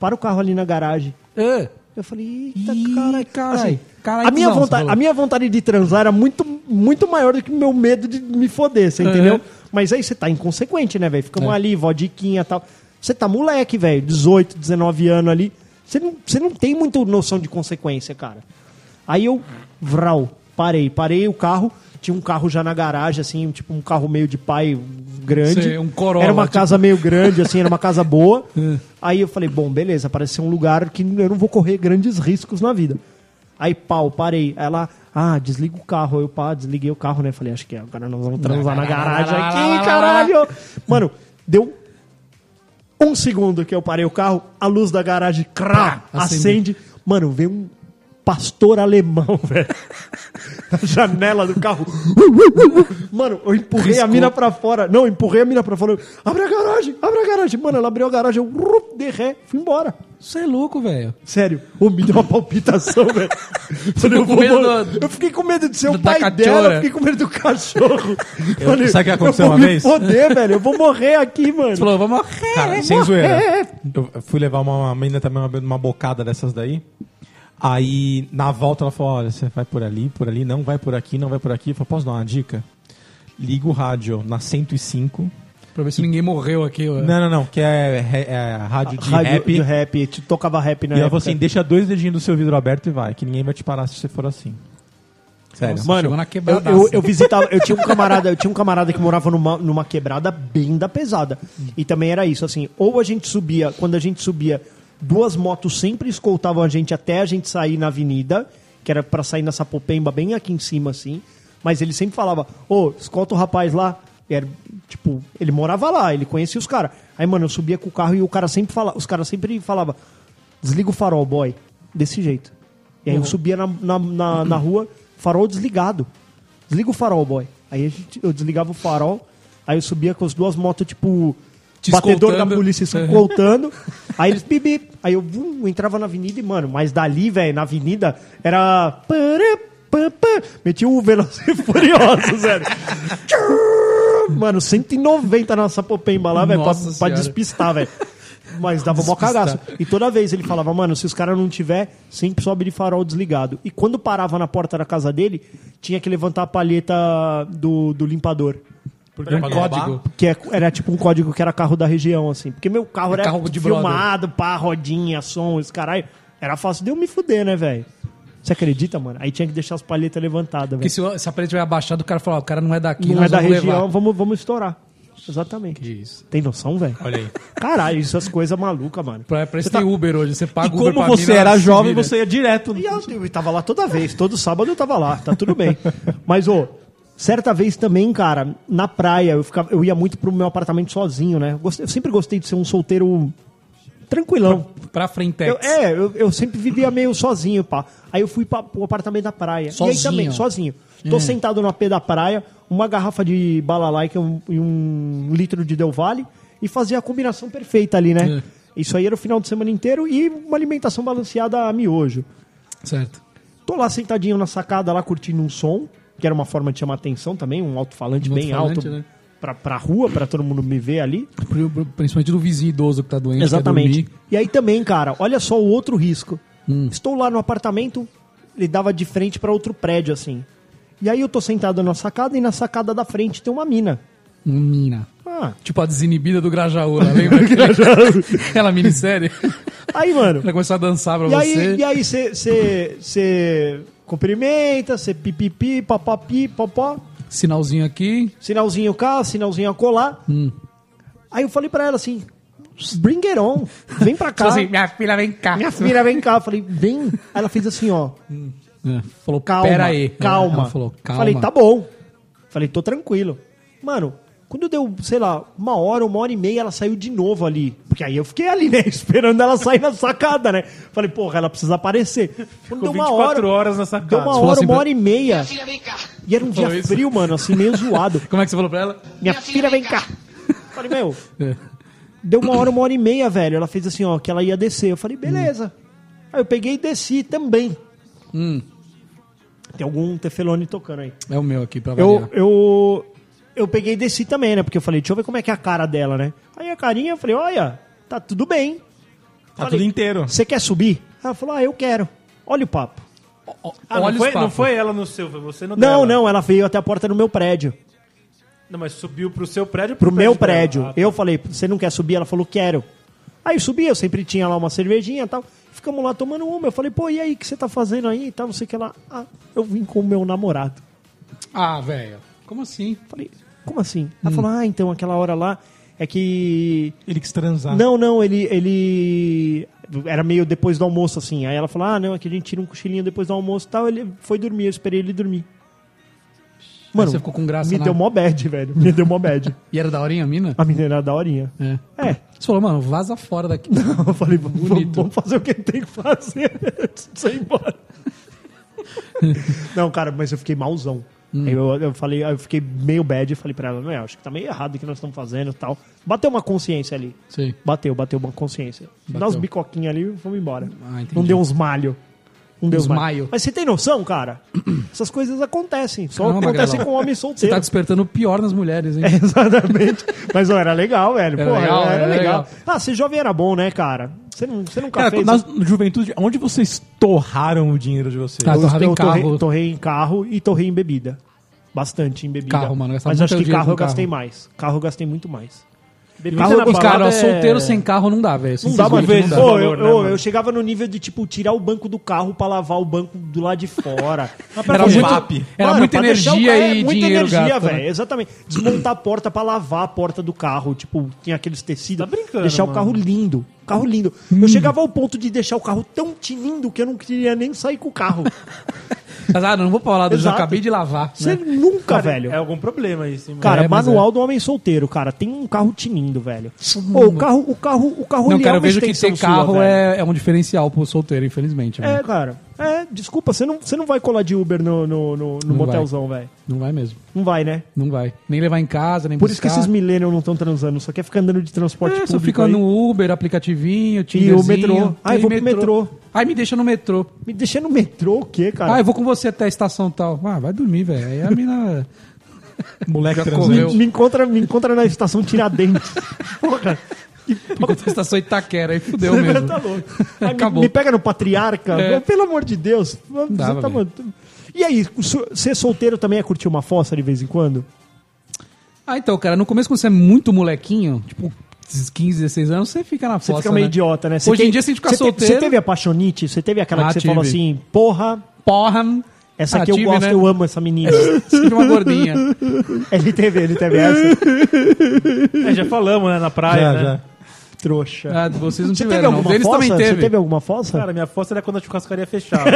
para o carro ali na garagem.
Ah,
Eu falei, eita,
Ih,
caralho.
carai, carai,
a, minha
cuzão, você
vontade,
falou.
a minha vontade de transar era muito, muito maior do que meu medo de me foder, você entendeu? Mas aí você tá inconsequente, né, velho? Ficamos
É.
ali, vodiquinha e tal. Você tá moleque, velho, 18, 19 anos ali. Você não, você não tem muita noção de consequência, cara. Aí eu, vral, parei. Parei o carro. Tinha um carro já na garagem, assim, tipo um carro meio de pai grande.
Sei, um Corolla,
Era uma
tipo. É.
casa meio grande, assim, era uma casa
[laughs]
boa. Aí eu falei, bom, beleza, parece ser um lugar que eu não vou correr grandes riscos na vida. Aí, pau, parei. Ela, ah, desliga o carro. Eu, pá, desliguei o carro, né? Falei, acho que agora nós vamos transar na garagem aqui, caralho. Mano, deu um segundo que eu parei o carro, a luz da garagem, crá, acende. Mano, veio um pastor alemão, [laughs] velho. Na janela do carro. Mano, eu empurrei a mina pra fora. Não, eu empurrei a mina pra fora. Eu, Abre a garagem, abre a garagem. Mano, ela abriu a garagem, eu rup, dei ré, fui embora.
Você é louco, velho.
Sério, ô, me deu uma palpitação, [laughs] velho. Falei, eu,
com
vou
medo
mor-
do-
eu fiquei com medo de ser o
da
pai
cachorra.
dela, eu fiquei com medo do cachorro. Falei,
sabe o que aconteceu
eu vou
uma
me
vez?
foder, velho, eu vou morrer aqui, mano.
Você falou, vamos morrer.
Cara, sem zoeira. Eu fui levar uma menina também, uma, uma bocada dessas daí. Aí, na volta, ela falou: olha, você vai por ali, por ali, não vai por aqui, não vai por aqui. Eu falei: posso dar uma dica? Liga o rádio na 105.
Pra ver se ninguém morreu aqui, ó.
Não, não, não, que é, é- é rádio de
Rádio
rap.
de rap, é. te tocava rap na
E ela
época.
falou assim: deixa dois dedinhos do seu vidro aberto e vai, que ninguém vai te parar se você for assim. Sério.
Mano,
Chegou na
eu,
quebradaça.
eu, eu visitava, eu tinha um camarada, eu tinha um camarada que morava numa, numa quebrada bem da pesada. E também era isso, assim, ou a gente subia, quando a gente subia, duas motos sempre escoltavam a gente até a gente sair na avenida, que era pra sair na Sapopemba, bem aqui em cima, assim. Mas ele sempre falava, ô, escolta o rapaz lá. E Era, tipo, ele morava lá, ele conhecia os caras. Aí, mano, eu subia com o carro e o cara sempre falava, os caras sempre falava, desliga o farol, boy. Desse jeito. E aí eu subia na, na, na, na rua, farol desligado. Desliga o farol, boy. Aí a gente- eu desligava o farol, aí eu subia com as duas motos, tipo,
Te
batedor da
escoltando. É.
polícia assim, escoltando. aí eles bibi. Aí eu vum, entrava na avenida e, mano, mas dali, velho, na avenida, era. pará, pá, pá. Metia o Velociraptor Furioso, [laughs] velho. Tchum! Mano, 190 na Sapopemba lá, velho, pra,
Nossa
pra
Senhora.
despistar, velho. Mas dava mó
Despistar.
cagaço. E toda vez ele falava, mano, se os caras não tiver, sempre sobe de farol desligado. E quando parava na porta da casa dele, tinha que levantar a palheta do, do limpador.
Porque é um código.
Que é- era tipo um código que era carro da região, assim. Porque meu carro era
É carro de
filmado, pá, rodinha, som, esse caralho. Era fácil de eu me fuder, né, velho? Você acredita, mano? Aí tinha que deixar as palhetas levantadas,
Porque
velho.
se, o- se a parede tiver abaixada, o cara fala, ó, o cara não é daqui,
Não é
nós
da
vamos
região,
levar.
vamos, vamos estourar. Exatamente.
Diz.
Tem noção, velho?
Olha aí.
Caralho, essas coisas malucas, mano.
Pra, pra
tá-
isso tem Uber hoje, você paga
E
Uber
como
pra
você
mina,
era
se
jovem,
vira.
você ia direto.
E eu, eu tava lá toda vez, todo sábado eu tava lá, tá tudo bem. Mas, ô, certa vez também, cara, na praia, eu, ficava, eu ia muito pro meu apartamento sozinho, né? Eu, gostei- eu sempre gostei de ser um solteiro tranquilão.
Pra frente.
Eu- é, eu, eu sempre vivia meio sozinho, pá. Aí eu fui pra, pro apartamento da praia. E aí
Sozinho?
também, sozinho. Tô sentado no AP da praia, uma garrafa de balalaica e um, e um litro de Del Valle e fazia a combinação perfeita ali, né? Isso aí era o final de semana inteiro e uma alimentação balanceada a miojo.
Certo.
Tô lá sentadinho na sacada, lá curtindo um som, que era uma forma de chamar atenção também, um alto-falante
Um
bem
alto-falante,
alto
né?
pra, pra rua, pra todo mundo me ver ali.
Pri- pri- Principalmente do vizinho idoso que tá doente. quer dormir. Hum.
E aí também, cara, olha só o outro risco. Estou lá no apartamento, ele dava de frente pra outro prédio, assim. E aí eu tô sentado na sacada e na sacada da frente tem uma mina.
Mina.
Ah,
Tipo a desinibida do Grajaú, né? lembra?
[laughs]
Aquela minissérie.
aí, mano.
Ela começou a dançar [laughs] pra
E
você.
aí, e aí você- você você cumprimenta, você pipipi, papapi, popó.
Sinalzinho aqui.
sinalzinho cá, sinalzinho acolá.
Hum.
Aí eu falei pra ela assim, bring it on, vem pra cá.
[laughs] Falou assim, minha filha, vem cá.
Minha filha, vem cá. Eu falei, vem. Aí ela fez assim, ó,
É, Falou,
calma,
pera aí.
calma.
Ela falou, calma.
Falei, tá bom. Falei, tô tranquilo. Mano, quando deu, sei lá, uma hora, uma hora e meia, ela saiu de novo ali. Porque aí eu fiquei ali, né, [laughs] esperando ela sair na sacada, né. Falei, porra, ela precisa aparecer. Quando deu
Ficou
uma hora,
24 horas nessa
deu uma
casa.
falou
hora,
assim
uma
pra-
hora e meia.
Filha, vem cá.
E era um dia
Falou isso?
frio, mano, assim, meio zoado.
Como é que você falou pra ela?
Minha filha, vem cá. Falei, [laughs] meu, Deu uma hora, uma hora e meia, velho. Ela fez assim, ó, que ela ia descer. Eu falei, beleza. Aí eu peguei e desci também. Hum. Tem algum tefelone tocando aí.
É o meu aqui, pra
Eu,
variar.
eu, eu peguei e desci também, né? Porque eu falei, deixa eu ver como é que é a cara dela, né? Aí a carinha, eu falei, olha, tá tudo bem.
Tá tudo inteiro.
Você quer subir? Ela falou, ah, eu quero. Olha o papo.
Ó,
Ah,
olha
não,
os
foi, não
papos.
foi ela no seu, foi você no
Não,
dela.
não, ela veio até a porta do meu prédio.
Não, mas subiu pro seu prédio ou
Pro meu
dela?
prédio.
Ah, tá.
Eu falei, você não quer subir? Ela falou, quero. Aí eu subi, eu sempre tinha lá uma cervejinha e tal. Ficamos lá tomando uma. Eu falei, pô, e aí, o que você tá fazendo aí e tal? Não sei o que lá. Ah, eu vim com o meu namorado.
Ah, velho. Como assim?
Falei, como assim?
Hum.
Ela falou, ah, então aquela hora lá é que
Ele quis
Ah.
transar.
Não, não, ele, ele. Era meio depois do almoço, assim. Aí ela falou: ah, não, é que a gente tira um cochilinho depois do almoço e tal. Ele foi dormir, eu esperei ele dormir. Mano,
você ficou com graça,
me
né?
deu mó bad, velho. Me deu mó
[laughs]
bad.
E era da horinha a mina?
A menina era daorinha.
É.
É.
Você falou, mano, vaza
[laughs]
fora daqui.
Eu falei, vamos,
Bonito.
vamos fazer o que tem que fazer né? antes de você ir embora. não, cara, mas eu fiquei malzão.
Hum.
Aí Eu, eu falei, eu fiquei meio bad e falei pra ela, não, acho que tá meio errado o que nós estamos fazendo e tal. Bateu uma consciência ali.
Sim.
Bateu, bateu uma consciência. Dá uns bicoquinhos ali e fomos embora.
Ah, entendi.
não deu uns malho. Não deu
Uns
uns malho.
maio.
Mas você tem noção,
[clears throat]
cara? Essas coisas acontecem. Só
Caramba,
acontecem
Magrelão.
com homem
Você
solteiro. [laughs]
tá despertando o pior nas mulheres,
É.
hein?
Exatamente. Mas ó, era legal, velho.
Era
Porra,
legal,
era,
era
legal.
legal.
Ah, ser jovem era bom, né, cara? Você, não, você nunca
Cara,
fez.
na juventude, onde vocês torraram o dinheiro de vocês?
Tá.
Eu,
torrava em
eu torrei,
carro.
torrei em carro e torrei em bebida. Bastante em bebida.
Carro, mano, gastava
Mas
muito
acho que
dinheiro
carro eu
com carro.
gastei mais. Carro eu gastei muito mais.
Bebida
Carro
na
dos
Os
balada
caras, ó,
é-
solteiro sem carro não dá, velho.
Não dá, mano.
Simplesmente
não dá.
Pô,
Valor,
eu,
né,
eu-
mano?
eu chegava no nível de, tipo, tirar o banco do carro pra lavar o banco do lado de
[laughs]
fora.
Era
Os
muito,
papi.
era
Mano,
muita
pra deixar o
energia
carro- é,
e
muita
dinheiro
energia,
gasto, né?
velho. Exatamente. Desmontar a porta pra lavar a porta do carro. Tipo, tinha aqueles tecidos.
Tá brincando,
Deixar o
mano.
carro lindo. Carro lindo.
Hum.
Eu chegava ao ponto de deixar o carro tão tinindo que eu não queria nem sair com o carro.
Mas, ah, não vou pra lá, eu já
Exato.
acabei de lavar.
Você
né?
nunca, velho.
É algum problema isso, hein,
Cara,
É, mas
manual do homem solteiro, cara. Tem um carro tinindo, velho. Pô, o carro, o carro, o carro
Não,
ele é
cara, eu
uma
vejo que
extensão
ter
sua,
carro
velho.
é, é um diferencial pro solteiro, infelizmente.
É,
velho.
cara. É, desculpa, você não, você não vai colar de Uber no, no, no, no
Não
motelzão, velho.
Não vai mesmo.
Não vai, né?
Não vai. Nem levar em casa, nem
Por
buscar.
isso que esses millennials não estão transando, só quer ficar andando de transporte
É,
público.
só fica
aí.
no Uber, aplicativinho,
E
Tinderzinho.
o metrô. Ah, eu
E
vou pro metrô.
Ai, me deixa no metrô.
Me deixar no metrô o quê, cara?
Ah, eu vou com você até a estação tal. Ah, vai dormir, velho. Aí a mina...
[laughs]
Moleque
Já
transando.
correu.
me, me encontra, me encontra na estação
[laughs]
Tiradentes. Porra. Que
Ficou na estação Itaquera, aí fudeu mesmo.
[laughs] Tá louco. Aí me-
Acabou.
Me, pega no patriarca.
É.
Pelo amor de Deus. Você
Dava,
tá
velho.
mandando- E aí, su- ser solteiro também é curtir uma fossa de vez em quando?
Ah, então, cara, no começo, quando você é muito molequinho, tipo 15, 16 anos, você fica na
Você
fossa,
fica meio
né?
idiota, né? Você
Hoje em
tem-
dia, se a gente ficar
você te-
solteiro...
Você teve a paixonite? Você teve aquela
Ah,
que você
tive.
falou assim, porra,
Porra!
essa
Ah,
aqui eu
tive,
gosto,
né?
eu amo essa
[laughs]
menina.
Sempre uma gordinha.
ele teve, ele teve essa.
É, já falamos, né, na praia,
Já,
né?
já.
Trouxa.
Ah, vocês não
Você teve
tiveram, não.
alguma
Deles
fossa?
também teve.
Você teve alguma fossa?
Cara, minha fossa era quando a
[laughs]
churrascaria fechava.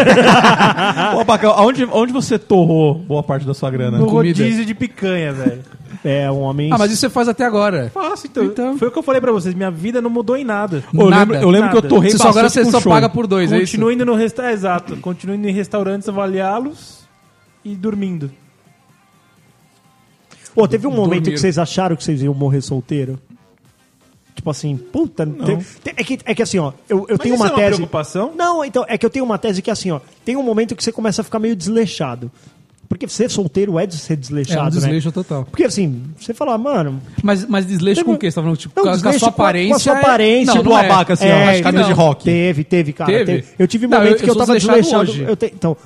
Ô, Bacão, aonde, aonde você torrou boa parte da sua grana?
no
Comida.
rodízio de picanha, velho.
é, um homem...
Ah, mas isso você faz até agora.
Faço, então.
Então.
Foi o que eu falei pra vocês. Minha vida não mudou em nada.
Ô, eu
nada,
lembro, eu lembro
nada.
que eu torrei
Você só agora
bastante com
você só
show.
paga por dois, é isso?
Continuo indo no restaurante. Exato. Continuo indo em restaurantes avaliá-los e dormindo.
Ô, teve um momento
Dormiram.
que vocês acharam que vocês iam morrer solteiro? Tipo assim, puta... teve- te- é, que, é que assim, ó, eu, eu tenho
isso
uma
é uma
tese...
preocupação?
Não, então, é que eu tenho uma tese que é assim, ó, tem um momento que você começa a ficar meio desleixado. Porque ser solteiro é de ser
É um
desleixado, né?
desleixo total.
Porque assim, você fala, mano, um
Mas, mas desleixo com o quê? Você tá falando, tipo,
Não,
com a- com a
desleixo
sua
com a-
aparência...
com a sua
é-
aparência,
Não,
Tipo
não
a
é.
abaca, assim,
É,
ó, as cadeira de
não.
rock.
Teve, teve, cara.
Teve?
teve. Eu tive um
Não,
momento
eu-
que
eu
eu,
sou
tava
desleixado
desleixado.
hoje.
Eu te- então,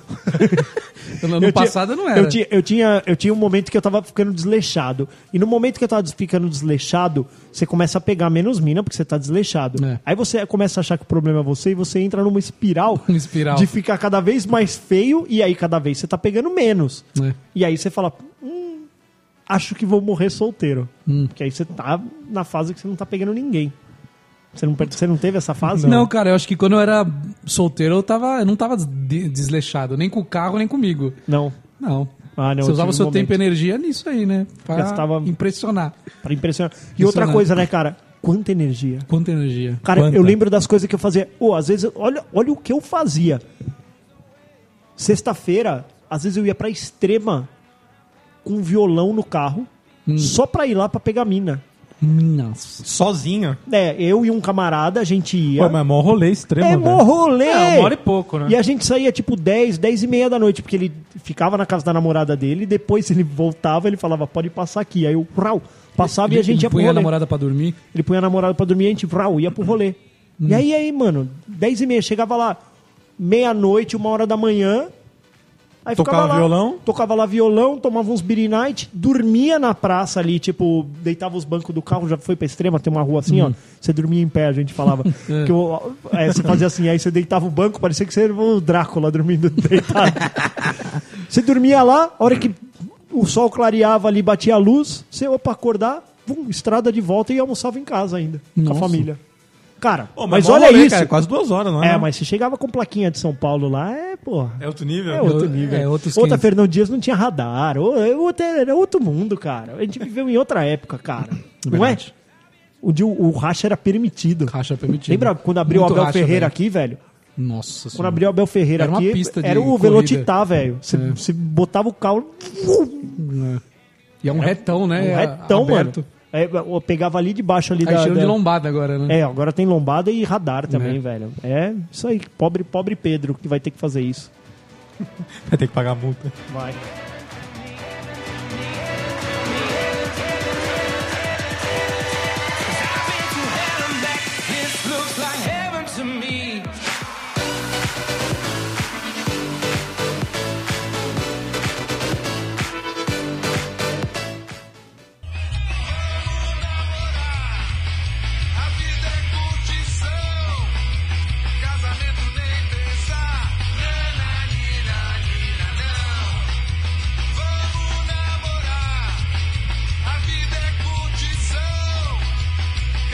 No
eu tinha-
passado não era.
Eu tinha, eu, tinha, eu tinha um momento que eu tava ficando desleixado. E no momento que eu tava des- ficando desleixado, você começa a pegar menos mina, porque você tá desleixado.
É.
Aí você começa a achar que o problema é você e você entra numa espiral,
[laughs] Uma espiral.
de ficar cada vez mais feio e aí cada vez você tá pegando menos.
É.
E aí você fala. "Hum, Acho que vou morrer solteiro.
Hum.
Porque aí você tá na fase que você não tá pegando ninguém. Você não, per- você não teve essa fase?
Não, cara, eu acho que quando eu era solteiro, eu, tava, eu não tava de- desleixado, nem com o carro, nem comigo.
Não.
Não.
Ah, não,
Você
eu
usava
tive um
seu tempo e
momento.
energia nisso aí, né? Pra
Gastava-
impressionar.
Pra impressionar. E outra
Impressionante.
coisa, né, cara? Quanta energia.
Quanta energia.
Cara,
Quanta.
eu lembro das coisas que eu fazia. Ô, às vezes, eu- olha, olha o que eu fazia. Sexta-feira, às vezes eu ia pra extrema com um violão no carro, só pra ir lá pra pegar mina.
Nossa.
Sozinho.
É, eu e um camarada, a gente ia.
Pô, mas é mó rolê extremo,
é
velho.
mó rolê!
É, uma hora e pouco, né?
E a gente saía tipo 10, 10 e meia da noite, porque ele ficava na casa da namorada dele, depois ele voltava, ele falava, pode passar aqui. Aí eu, rau, passava e a gente é né? ia pro
punha a
rolê.
namorada pra dormir.
Ele punha a namorada pra dormir e a gente vrau, ia pro rolê. E aí, aí, mano, 10 e meia, chegava lá meia-noite, uma hora da manhã. Aí
Tocava
ficava lá,
violão?
Tocava lá violão, tomava uns beer night, dormia na praça ali, tipo, deitava os bancos do carro, já foi pra extrema, tem uma rua assim,
Uhum.
ó. Você dormia em pé, a
[laughs]
gente falava. que eu- é, você fazia assim, aí você deitava o banco, parecia que você era o Drácula dormindo [laughs] deitado. Você dormia lá, a hora que o sol clareava ali, batia a luz, você ia pra acordar, pum, estrada de volta e almoçava em casa ainda, com
Nossa.
a família. Cara,
Pô,
mas,
mó
olha
rolê,
isso.
cara, quase duas horas, não é?
né?
É,
não?
mas você chegava com plaquinha de São Paulo lá, é, porra.
É outro nível?
É outro
Eu-
nível.
é outro esquema.
outra Fernão Dias não tinha radar. ou- é outra- Era outro mundo, cara. A gente viveu em outra época, cara. Não é?
Verdade.
O, de- o racha era permitido.
Racha permitido.
Lembra quando abriu
Muito
o Abel
racha,
Ferreira
velho.
aqui, velho?
Nossa
Quando
senhora.
abriu o Abel Ferreira
Era uma
aqui,
pista de
era o
corrida. É.
velotitá, velho. Você você botava o carro,
E é um retão, né?
um
É
retão,
aberto.
mano. É, eu pegava ali de baixo ali
Aí
da,
cheiro de
da-
lombada agora, né?
É, agora tem lombada e radar também,
Né?
velho. É isso aí, pobre, pobre Pedro que vai ter que fazer isso.
Vai ter que pagar a multa.
Vai.
This looks like heaven to me.
A vida é curtição, casamento nem pensar. Nananina, nina, não. Vamos namorar. A vida é curtição,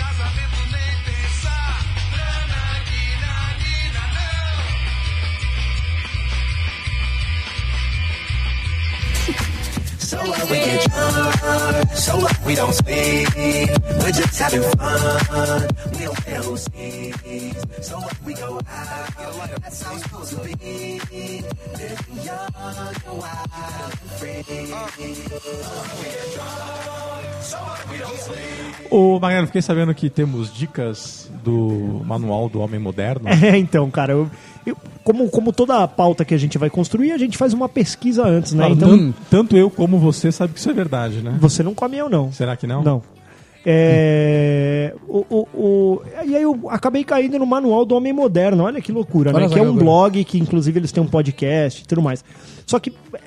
casamento nem pensar. Nananina, nina, não.
So what we get drunk, so what we don't speak. We're just having fun. We don't care who sees. So what we go out, that's how it's supposed to be. Living young, wild, and free.
Ô, Mariano, fiquei sabendo que temos dicas do manual do homem moderno.
[laughs] É, então, cara, eu, eu- como, como toda a pauta que a gente vai construir, a gente faz uma pesquisa antes, né?
Claro,
Então,
tan- tanto eu como você sabe que isso é verdade, né?
você não come eu, não.
Será que não?
Não. É, o, o- o- e aí eu acabei caindo no manual do homem moderno. Olha que loucura,
Olha
né?
só
Que é
que
um
loucura.
blog que inclusive eles têm um podcast e tudo mais. Só que é,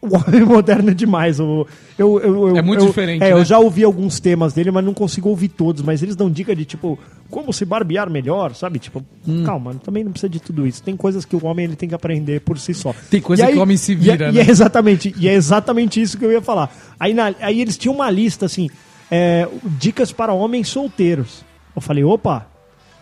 o homem moderno é demais. o- eu- eu- eu-
É muito
eu-
diferente,
É,
né?
eu já ouvi alguns temas dele, mas não consigo ouvir todos. Mas eles dão dica de tipo como se barbear melhor, sabe? Tipo,
Hum.
calma, também não precisa de tudo isso. Tem coisas que o homem ele tem que aprender por si só.
Tem coisa
E
que o homem se
e é-
vira,
e
né?
é [laughs] exatamente, e é exatamente isso que eu ia falar. Aí, na- aí eles tinham uma lista assim, é, dicas para homens solteiros. Eu falei, opa,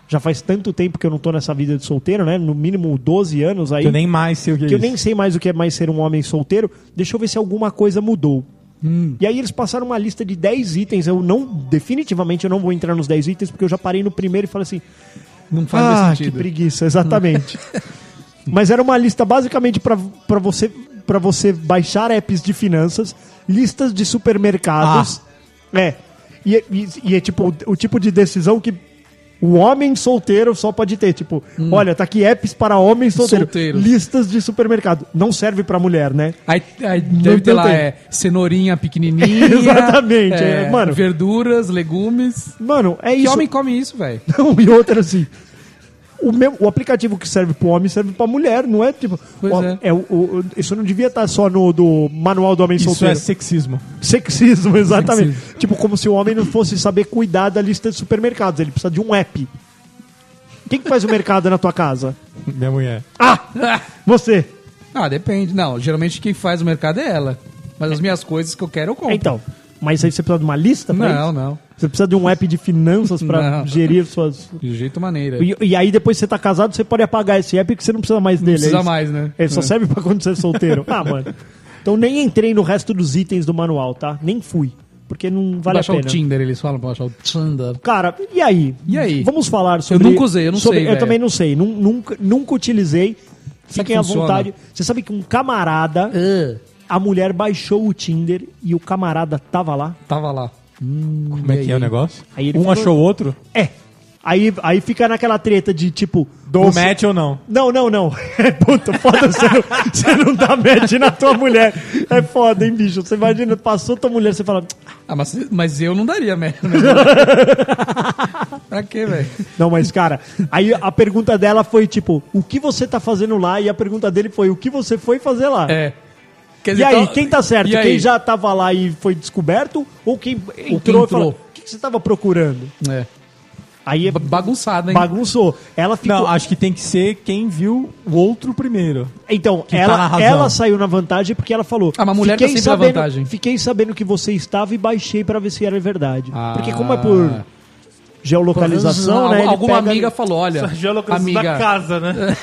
já faz tanto tempo que eu não tô nessa vida de solteiro, né? No mínimo 12 anos aí.
Que eu nem mais sei o que,
que
é
eu nem
isso.
sei mais o que é mais ser um homem solteiro. Deixa eu ver se alguma coisa mudou.
Hum.
E aí eles passaram uma lista de 10 itens. Eu não, definitivamente eu não vou entrar nos 10 itens, porque eu já parei no primeiro e falei assim,
Não faz mais
ah,
sentido.
que preguiça,
[laughs]
exatamente. Mas era uma lista basicamente para você para você baixar apps de finanças, listas de supermercados.
Ah.
É. E, é- e- e é tipo o, o tipo de decisão que o homem solteiro só pode ter. Tipo,
Hum.
olha, tá aqui apps para homens solteiros.
Solteiro.
Listas de supermercado. Não serve para mulher, né?
Aí, aí
[laughs] Não
deve ter
tem
lá,
tempo.
é, cenourinha
[laughs]
pequenininha.
Exatamente, é, mano.
Verduras, legumes.
Mano, é
Que
isso.
homem come isso,
[laughs]
velho? [laughs]
Não, e outra assim. O, mesmo, o aplicativo que serve pro homem serve pra mulher, não é tipo.
Pois
ó,
é.
o- o- isso não devia estar só no do manual do homem
Isso é
solteiro.
sexismo.
Sexismo, [laughs] exatamente. Tipo, como se o homem não fosse saber cuidar da lista de supermercados. Ele precisa de um app. Quem que faz o mercado na tua casa?
Minha mulher.
Você.
Ah, depende. Não, geralmente quem faz o mercado é ela. Mas as minhas coisas que eu quero, eu compro.
Então. Mas aí você precisa de uma lista pra
Não,
isso?
não.
Você precisa de um app de finanças pra
Não.
gerir
[laughs]
suas.
De jeito maneira.
E, e aí depois que você tá casado, você pode apagar esse app porque você não precisa mais dele.
precisa
é isso?
mais, né?
Ele só
É.
serve pra quando você é solteiro. Ah, mano. Então nem entrei no resto dos itens do manual, tá? Nem fui. Porque não vale a
baixar
pena.
o Tinder, eles falam pra baixar o Tinder.
Cara, e aí?
E aí?
Vamos falar sobre...
nunca usei, eu não
sobre-
sei,
Eu
velho.
também não sei. nun- Nunca, nunca utilizei.
Sabe
Fiquem
que
à
funciona? Ah.
vontade. Você sabe que um camarada... A mulher baixou o Tinder e o camarada tava lá.
Tava lá.
Como é que é o negócio?
Aí ele
um
falou-
achou o outro?
É. Aí, aí fica naquela treta de tipo,
Dou match ou não?
Não, não, não. [laughs] É puta, foda você não, você não dá match na tua mulher. É foda, hein, bicho? Você imagina, passou tua mulher, você fala.
Ah, mas, mas eu não daria merda.
[laughs]
né? pra quê, velho?
Não, mas cara, aí a pergunta dela foi tipo, o que você tá fazendo lá? E a pergunta dele foi, o que você foi fazer lá?
É. Quer
E
dizer,
aí,
então-
quem tá certo?
e
Quem
aí?
já tava lá e foi descoberto? Ou quem entrou,
entrou.
e falou, o que que você tava procurando?
É.
Aí é
Ba- Bagunçado, hein?
bagunçou. Ela ficou.
Não, acho que tem que ser quem viu o outro primeiro.
Então,
tá na
ela,
razão.
ela saiu na vantagem porque ela falou.
Ah, mas mulher tá
"Fiquei
sempre na
sabendo,
vantagem."
Fiquei sabendo que você estava e baixei pra ver se era verdade.
Ah.
Porque como é por geolocalização,
Al-
né? ele
Alguma
pega- [laughs]
amiga falou, olha,
Geolocalização da
amiga,
casa, né?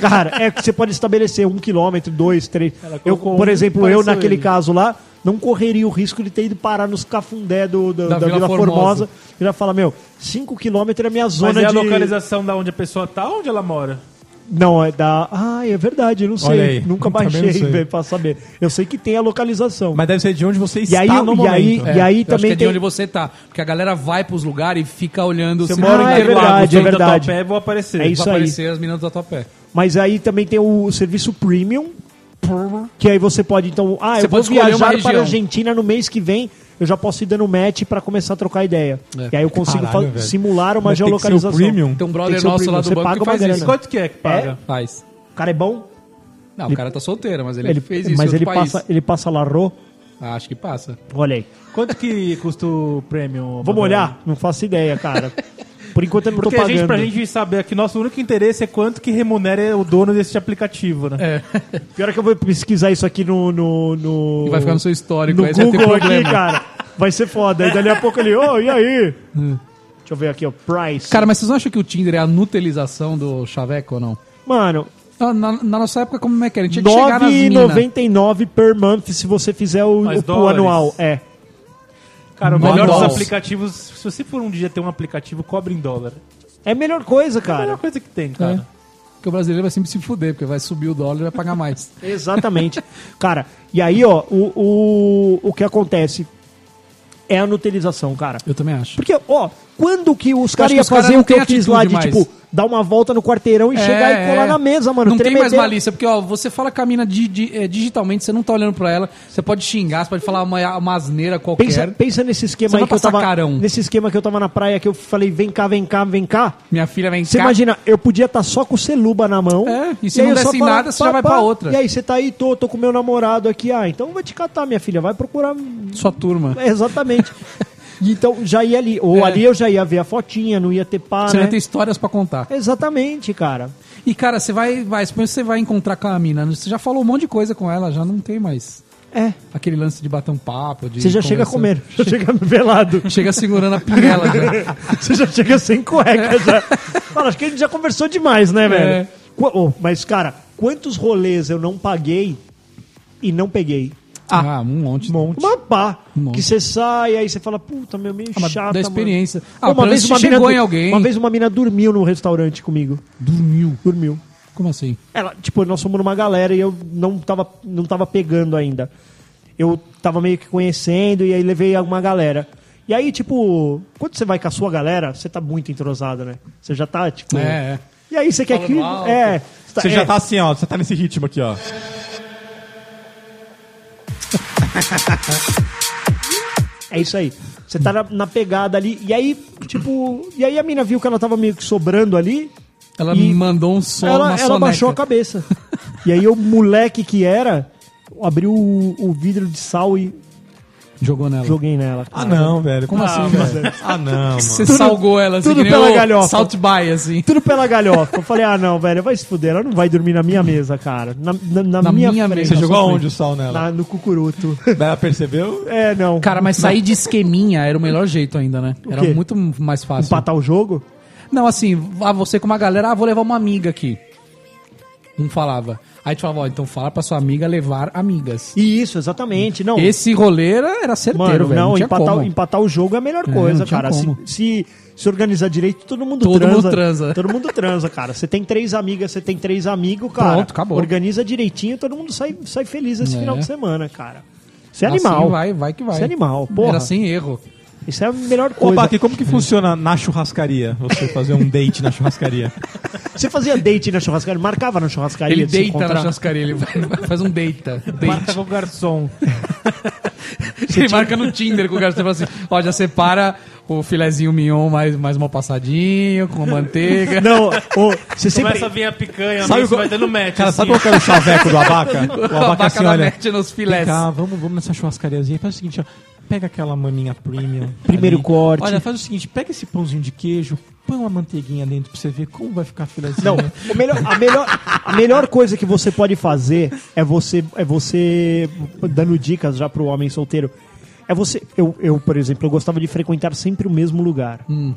Cara, é que você pode estabelecer um quilômetro, dois, três. Eu,
colocou
por
um,
exemplo, eu
pareceu
naquele
ele.
caso lá, não correria o risco de ter ido parar nos cafundé do, do- da,
Da
Vila,
Vila
Formosa.
Formosa.
E já fala, meu, cinco quilômetros é minha zona
Mas é a
de...
localização da onde a pessoa tá, onde ela mora?
Não, é da... Ah, é verdade, eu não sei.
Olha aí,
Nunca
[laughs] também não
baixei
sei.
velho, [laughs] pra saber. Eu sei que tem a localização.
Mas deve ser de onde você
E
está
aí,
no
e
momento.
aí, e aí
eu acho que
também
é de
tem...
onde você tá. Porque a galera vai pros lugares e fica olhando.
Se eu
se-
moro
Ah, é
em Guaruá,
verdade,
gostei
é
do
verdade.
Tatuapé, vou aparecer.
É isso.
Vai
aí.
aparecer as meninas do Tatuapé.
Mas aí também tem o serviço premium, que aí você pode, então, ah,
Você
eu vou
pode escolher uma
viajar
região.
para a Argentina no mês que vem, eu já posso ir dando match para começar a trocar ideia.
É.
E aí eu consigo
Caralho,
fa-
velho.
simular uma
Mas tem que ser o
geolocalização.
premium?
Tem um
Tem que
brother
ser o
nosso
premium.
lá do
Você
banco
paga
que
uma
faz
grana.
isso.
Quanto que é que paga?
Faz.
O cara é bom,
Não,
Ele-
o cara tá solteiro, mas ele,
ele,
fez isso
mas
em
ele
outro país.
passa, ele passa larro.
Ah, acho que passa.
Olha aí.
Quanto que custa o prêmio?
Vamos olhar? Não faço ideia, cara. Por enquanto eu não tô
Porque a
pagando.
gente, pra gente saber aqui, nosso único interesse é quanto que remunera o dono desse aplicativo, né?
É.
Pior é que eu vou pesquisar isso aqui no. no, no-
E vai ficar no seu histórico,
No
aí você vai ter
Google aqui,
problema.
cara. Vai ser foda. E dali a pouco ele, ô, e aí? Deixa eu ver aqui, ó. Price.
Cara, mas vocês não acham que o Tinder é a nutelização do Chaveco ou não?
Mano,
Na, Ah, na- na nossa época, como é que era? A gente tinha que chegar nas minas.
9,99 per month se você fizer o,
Mais
o- o
dólares.
anual. É.
Cara, o
Mano,
melhor dos
nossa.
aplicativos, se você for um dia ter um aplicativo, cobre em dólar.
É a melhor coisa,
É a melhor
cara.
coisa que tem, cara.
Porque o brasileiro vai sempre se fuder, porque vai subir o dólar e vai pagar mais.
Exatamente. cara, e aí, ó, o, o, o que acontece é a nutelização, cara.
Eu também acho.
Porque, ó, quando que os caras
que
iam
os caras
fazer
não
o que eu
têm
fiz lá de,
atitude mais.
tipo, dar uma volta no quarteirão e chegar e colar
é.
na mesa, mano?
Não tem mais
tremedeira.
malícia, porque ó, você fala com a mina di- di- eh, digitalmente, você não tá olhando pra ela, você pode xingar, você pode falar uma, uma asneira qualquer.
Pensa, pensa nesse esquema
Você
aí
vai
que eu
passar
tava.
carão.
Nesse esquema que eu tava na praia que eu falei, vem cá, vem cá, vem cá.
Minha filha vem
Você
cá.
imagina, eu podia estar só com o celuba na mão.
É, e se
aí
não
eu só
desse em
falar,
nada, você
pá,
já vai
pá,
pra outra.
E aí, você tá aí, tô, tô com meu namorado aqui. Ah, então vou te catar, minha filha. Vai procurar. [laughs]
Sua turma.
É, Exatamente. então já ia ali. Ou
É.
ali eu já ia ver a fotinha, não ia ter pá,
você
né?
vai ter histórias pra contar.
Exatamente, cara.
E cara, você vai, vai, suponha que você vai encontrar com a mina, você já falou um monte de coisa com ela, já não tem mais
É.
aquele lance de bater um papo. de
Você já chega
conversar.
comendo, [laughs] já
[laughs]
chega velado.
Chega segurando a pinela
[laughs]
né? já.
Você já chega sem cueca. Já. Fala, acho que a gente já conversou demais, né, velho?
É.
Qu- oh, mas, cara, quantos rolês eu não paguei e não peguei?
Ah, um monte. monte.
Uma pá.
Monte.
Que você sai, aí você fala, puta, meu, meio
Ah, mas
chato.
da experiência. Ah,
Pô,
pelo menos você
mina
chegou
du-
em alguém.
Uma vez uma mina dormiu num restaurante comigo.
Dormiu.
Dormiu.
Como assim?
Ela, tipo, nós somos numa galera e eu não tava, não tava pegando ainda. Eu tava meio que conhecendo e aí levei alguma galera. E aí, tipo, quando você vai com a sua galera, você tá muito entrosado, né? Você já tá, tipo.
É, é.
E aí você quer que.
Falando alto.
É. tá-
Você
é,
já tá assim, ó. Você tá nesse ritmo aqui, ó.
É isso aí. Você tá na, na pegada ali. E aí, tipo. E aí a mina viu que ela tava meio que sobrando ali.
Ela
E
me mandou um som,
ela,
uma
ela
soneca.
baixou a
[laughs]
cabeça. e aí o moleque que era abriu o, o vidro de sal e
Jogou nela.
joguei nela.
Ah, não, velho.
Como
ah,
assim, velho?
Ah, não, mano.
Você salgou ela, assim,
tudo
que nem
pela
o
galhofa.
Salt by, assim.
Tudo pela galhofa. Eu falei, ah, não, velho, vai se fuder. Ela não vai dormir na minha mesa, cara. Na, na, na
Na
minha,
minha
frente.
mesa.
Você jogou
sofrendo.
aonde o sal nela?
Na- no cucuruto.
Ela percebeu?
É, não.
Cara, mas sair de esqueminha era o melhor jeito ainda, né? Era
quê?
muito mais fácil.
Empatar o jogo?
Não, assim, ah, você com uma galera, ah, vou levar uma amiga aqui. Um falava. Aí tu falava, ó, então fala pra sua amiga levar amigas.
E isso, exatamente. Não,
Esse rolê era era certeiro,
mano,
velho.
não,
tinha
empatar,
como.
o- empatar o jogo é a melhor
É,
coisa,
não tinha
cara. Se,
como.
se, se organizar direito, todo mundo
Todo
transa.
mundo transa.
Todo mundo transa, cara. Você tem três amigas, você tem três amigos, cara.
Pronto, acabou.
Organiza direitinho, todo mundo sai, sai feliz esse
É.
final de semana, cara. Você é animal.
Assim vai, vai que vai.
Você é animal, porra.
Era sem erro.
Isso é a melhor
Ô,
coisa.
Baque, como que funciona na churrascaria? Você fazer um date na churrascaria?
Você fazia date na churrascaria? Marcava na churrascaria?
Ele
de se
deita na
encontrar?
chascaria, ele vai- [laughs] faz um deita.
Marca
Date.
com o garçom.
[laughs] Ele marca no Tinder com o garçom e fala assim: ó, já separa o filezinho mignon mais, mais mal passadinho, com a manteiga.
Não, ô, você sempre.
Começa a vir a picanha,
Sabe
sabe,
qual-
vai dando match.
Cara,
assim.
sabe qual que era o chaveco do abaca?
[laughs]
O
a
abaca
vaca
assim,
da
olha...
mete nos
Vem
filés.
cá, vamos, vamos nessa churrascariazinha. Faz o seguinte, ó. Pega aquela maminha [laughs] premium.
Primeiro corte.
Olha, faz o seguinte, pega esse pãozinho de queijo, põe uma manteiguinha dentro pra você ver como vai ficar a filezinha.
Não, o melhor, a, melhor, a melhor coisa que você pode fazer é você, é você dando dicas já pro homem solteiro. É você. Eu, eu, por exemplo, eu gostava de frequentar sempre o mesmo lugar.
Hum.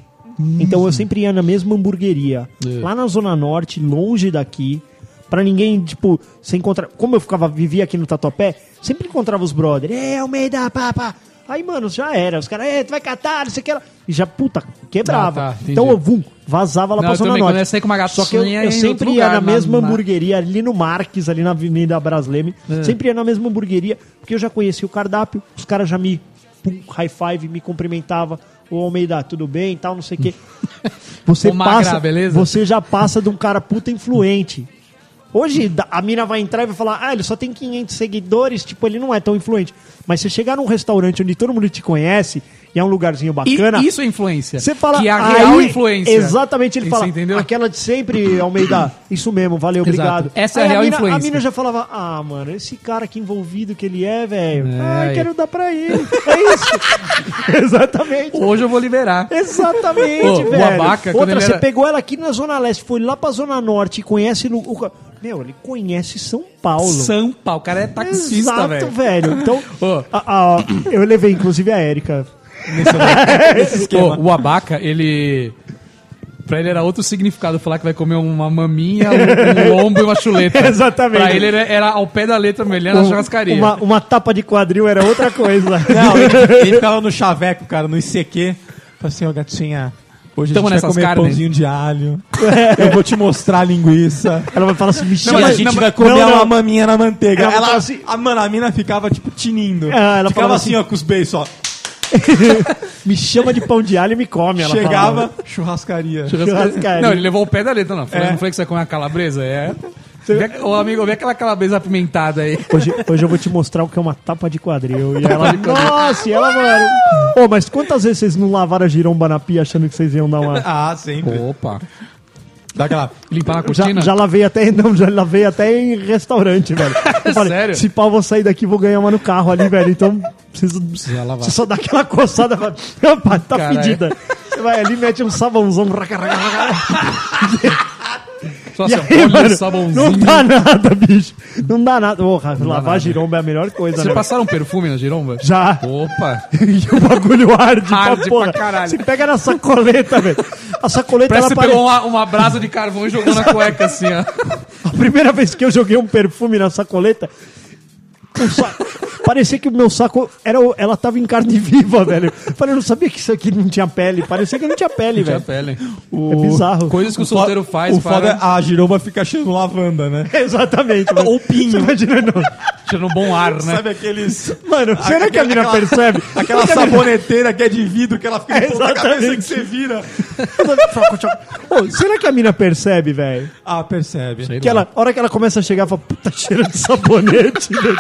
Então eu sempre ia na mesma hamburgueria,
É.
lá na Zona Norte, longe daqui, pra ninguém, tipo, se encontrar. Como eu ficava, vivia aqui no Tatuapé, sempre encontrava os brothers. É, Almeida, pá, pá. Aí, mano, já era. Os caras, é, tu vai catar, não sei o que lá. E já, puta, quebrava.
Ah, tá,
então eu,
entendi.
vum, vazava lá
Não,
pra
eu
Zona
também, quando
Norte.
eu saí com uma
Só que eu,
gatinha
eu
em
sempre
outro
ia
lugar,
na
na-
mesma
na-
hamburgueria, ali no Marques, ali na Avenida Brasleme.
É.
Sempre ia na mesma hamburgueria, porque eu já conhecia o cardápio, os caras já me pum, high five, me cumprimentava. Ô Almeida, tudo bem e tal, não
[laughs]
sei o quê. Você
Ô, Magra,
passa,
beleza?
você já passa de um cara puta influente. Hoje da- a mina vai entrar e vai falar: "Ah, ele só tem 500 seguidores, tipo, ele não é tão influente". Mas você chegar num restaurante onde todo mundo te conhece e é um lugarzinho
E
bacana,
isso é influência.
você fala.
Que é a real
aí,
influência.
Exatamente, ele
Você
fala.
entendeu?
Aquela de sempre,
[coughs]
Almeida. Isso mesmo, valeu,
Exato.
obrigado.
Essa é a
Aí
real
mina-
influência.
A mina já falava: Ah, mano, esse cara que envolvido que ele é, velho.
É,
Ai,
aí.
quero dar pra ele. É
[laughs]
isso. exatamente.
Hoje eu vou liberar.
É Exatamente,
Ô, o
velho.
Abaca, quando
Outra,
ele
você
era-
pegou ela aqui na Zona Leste, foi lá pra Zona Norte e conhece. No... o ca- Meu, ele conhece São Paulo.
São Paulo, o cara é taxista,
um Exato,
velho.
velho. Então,
Ô.
a- a- eu levei inclusive a Érica.
Pô, o abaca, ele. Pra ele era outro significado falar que vai comer uma maminha, um, um
[laughs]
lombo e uma chuleta.
Exatamente.
Pra ele era, era ao pé da letra mesmo, ele era na
Um-
churrascaria.
Uma, uma tapa de quadril era outra coisa.
[laughs] Não, ele, ele ficava no chaveco, cara, no ICQ. Fala assim, ó, gatinha, hoje
Tamo
a gente vai
nessas
comer
carnes.
pãozinho de
[laughs]
alho. Eu vou te mostrar a linguiça.
Ela vai falar assim, me
e
chama.
a
mas-
gente
não,
vai comer
não, não.
uma maminha na manteiga.
Ela
Ela,
fala assim-
a, mano, a mina ficava, tipo, tinindo.
Ah, ela
ficava
falava
assim, ó, com os beijos, ó.
me chama de pão de alho e me come. Ela
Chegava,
falava.
churrascaria.
[laughs] Churrascaria.
Não, ele levou o pé da letra, não.
É.
Falando, não falei que você come uma calabresa? É. Vê, ô, amigo, vê aquela calabresa apimentada aí.
Hoje, hoje eu vou te mostrar o que é uma tapa de quadril. E ela, nossa, e ela, mano. Ô, mas quantas vezes vocês não lavaram a giromba na pia achando que vocês iam dar uma.
Ah, sempre.
Opa.
Dá aquela...
Limpar a
Já,
cortina?
já lavei até. [laughs] Não, já lavei até em restaurante,
[laughs]
velho. Eu falei,
Sério?
se pau vou sair daqui, vou ganhar uma no carro ali, velho. Então, preciso. Precisa
lavar.
Você só dá aquela coçada e fala, [laughs] rapaz, tá
Caralho.
fedida. Você vai ali, mete um sabãozão. raca, raca, raca.
Só
E
assim,
aí,
olha
mano,
o sabãozinho.
não tá dá nada, bicho. Não dá nada. Porra, lavar giromba é a melhor coisa,
Vocês
né?
passaram perfume na giromba?
Já. [laughs]
Opa.
e o bagulho arde,
Arde
pra
pra
porra.
caralho.
Você pega na sacoleta, velho. A sacoleta,
Parece
ela
que você
pare...
pegou uma, uma brasa de carvão e jogou na cueca, assim, ó.
A primeira vez que eu joguei um perfume na sacoleta, o sa- parecia que o meu saco... Era... o- Ela tava em carne [laughs] viva, velho. Eu Falei, eu não sabia que isso aqui não tinha pele. Parecia que não tinha pele,
Tinha
velho.
pele.
É bizarro.
Coisas que o solteiro
fo-
faz né,
O foda
para...
é a giromba fica cheirando lavanda, né?
[laughs] Exatamente. velho.
Ou pinho.
Você imagina, não.
Tirando bom ar, né?
Sabe aqueles...
Mano, será que a mina percebe?
Aquela saboneteira que é de vidro, que ela fica em ponta da cabeça que
Exatamente.
você vira.
Ô, será que a mina percebe, velho?
Ah, percebe.
Que ela, a hora que ela começa a chegar, ela fala, puta, cheiro de sabonete, [laughs] velho.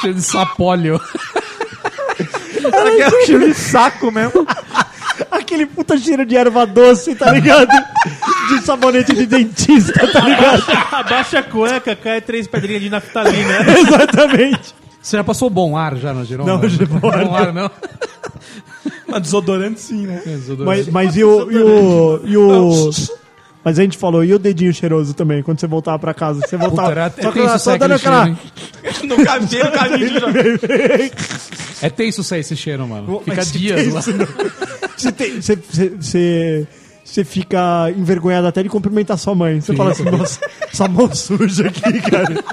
Cheiro de sapólio.
Aquele cheiro de saco mesmo.
Aquele puta cheiro de erva doce, tá ligado? De sabonete de dentista, tá
[laughs]
ligado?
Abaixa a cueca, cai três pedrinhas de naftalina.
Exatamente.
Você já passou bom ar já na Giromba?
Não, já-
bom ar. Bom ar, não?
Mas desodorante sim, né?
Mas, mas e o. E o, e o- Mas a gente falou, e o dedinho cheiroso também, quando você voltava pra casa? Você voltava.
Puta, era- é
só que
tenso
ela- só
sair
dando
aquele
aquela.
cheiro, hein?
[laughs] No cabelo, no caminho [laughs] já.
É tenso sair esse cheiro, mano. Fica
Mas
dias
tem
lá.
isso, não. Você tem- Você, você, você, você fica envergonhado até de cumprimentar sua mãe. Você fala assim, nossa, essa mão suja aqui, cara.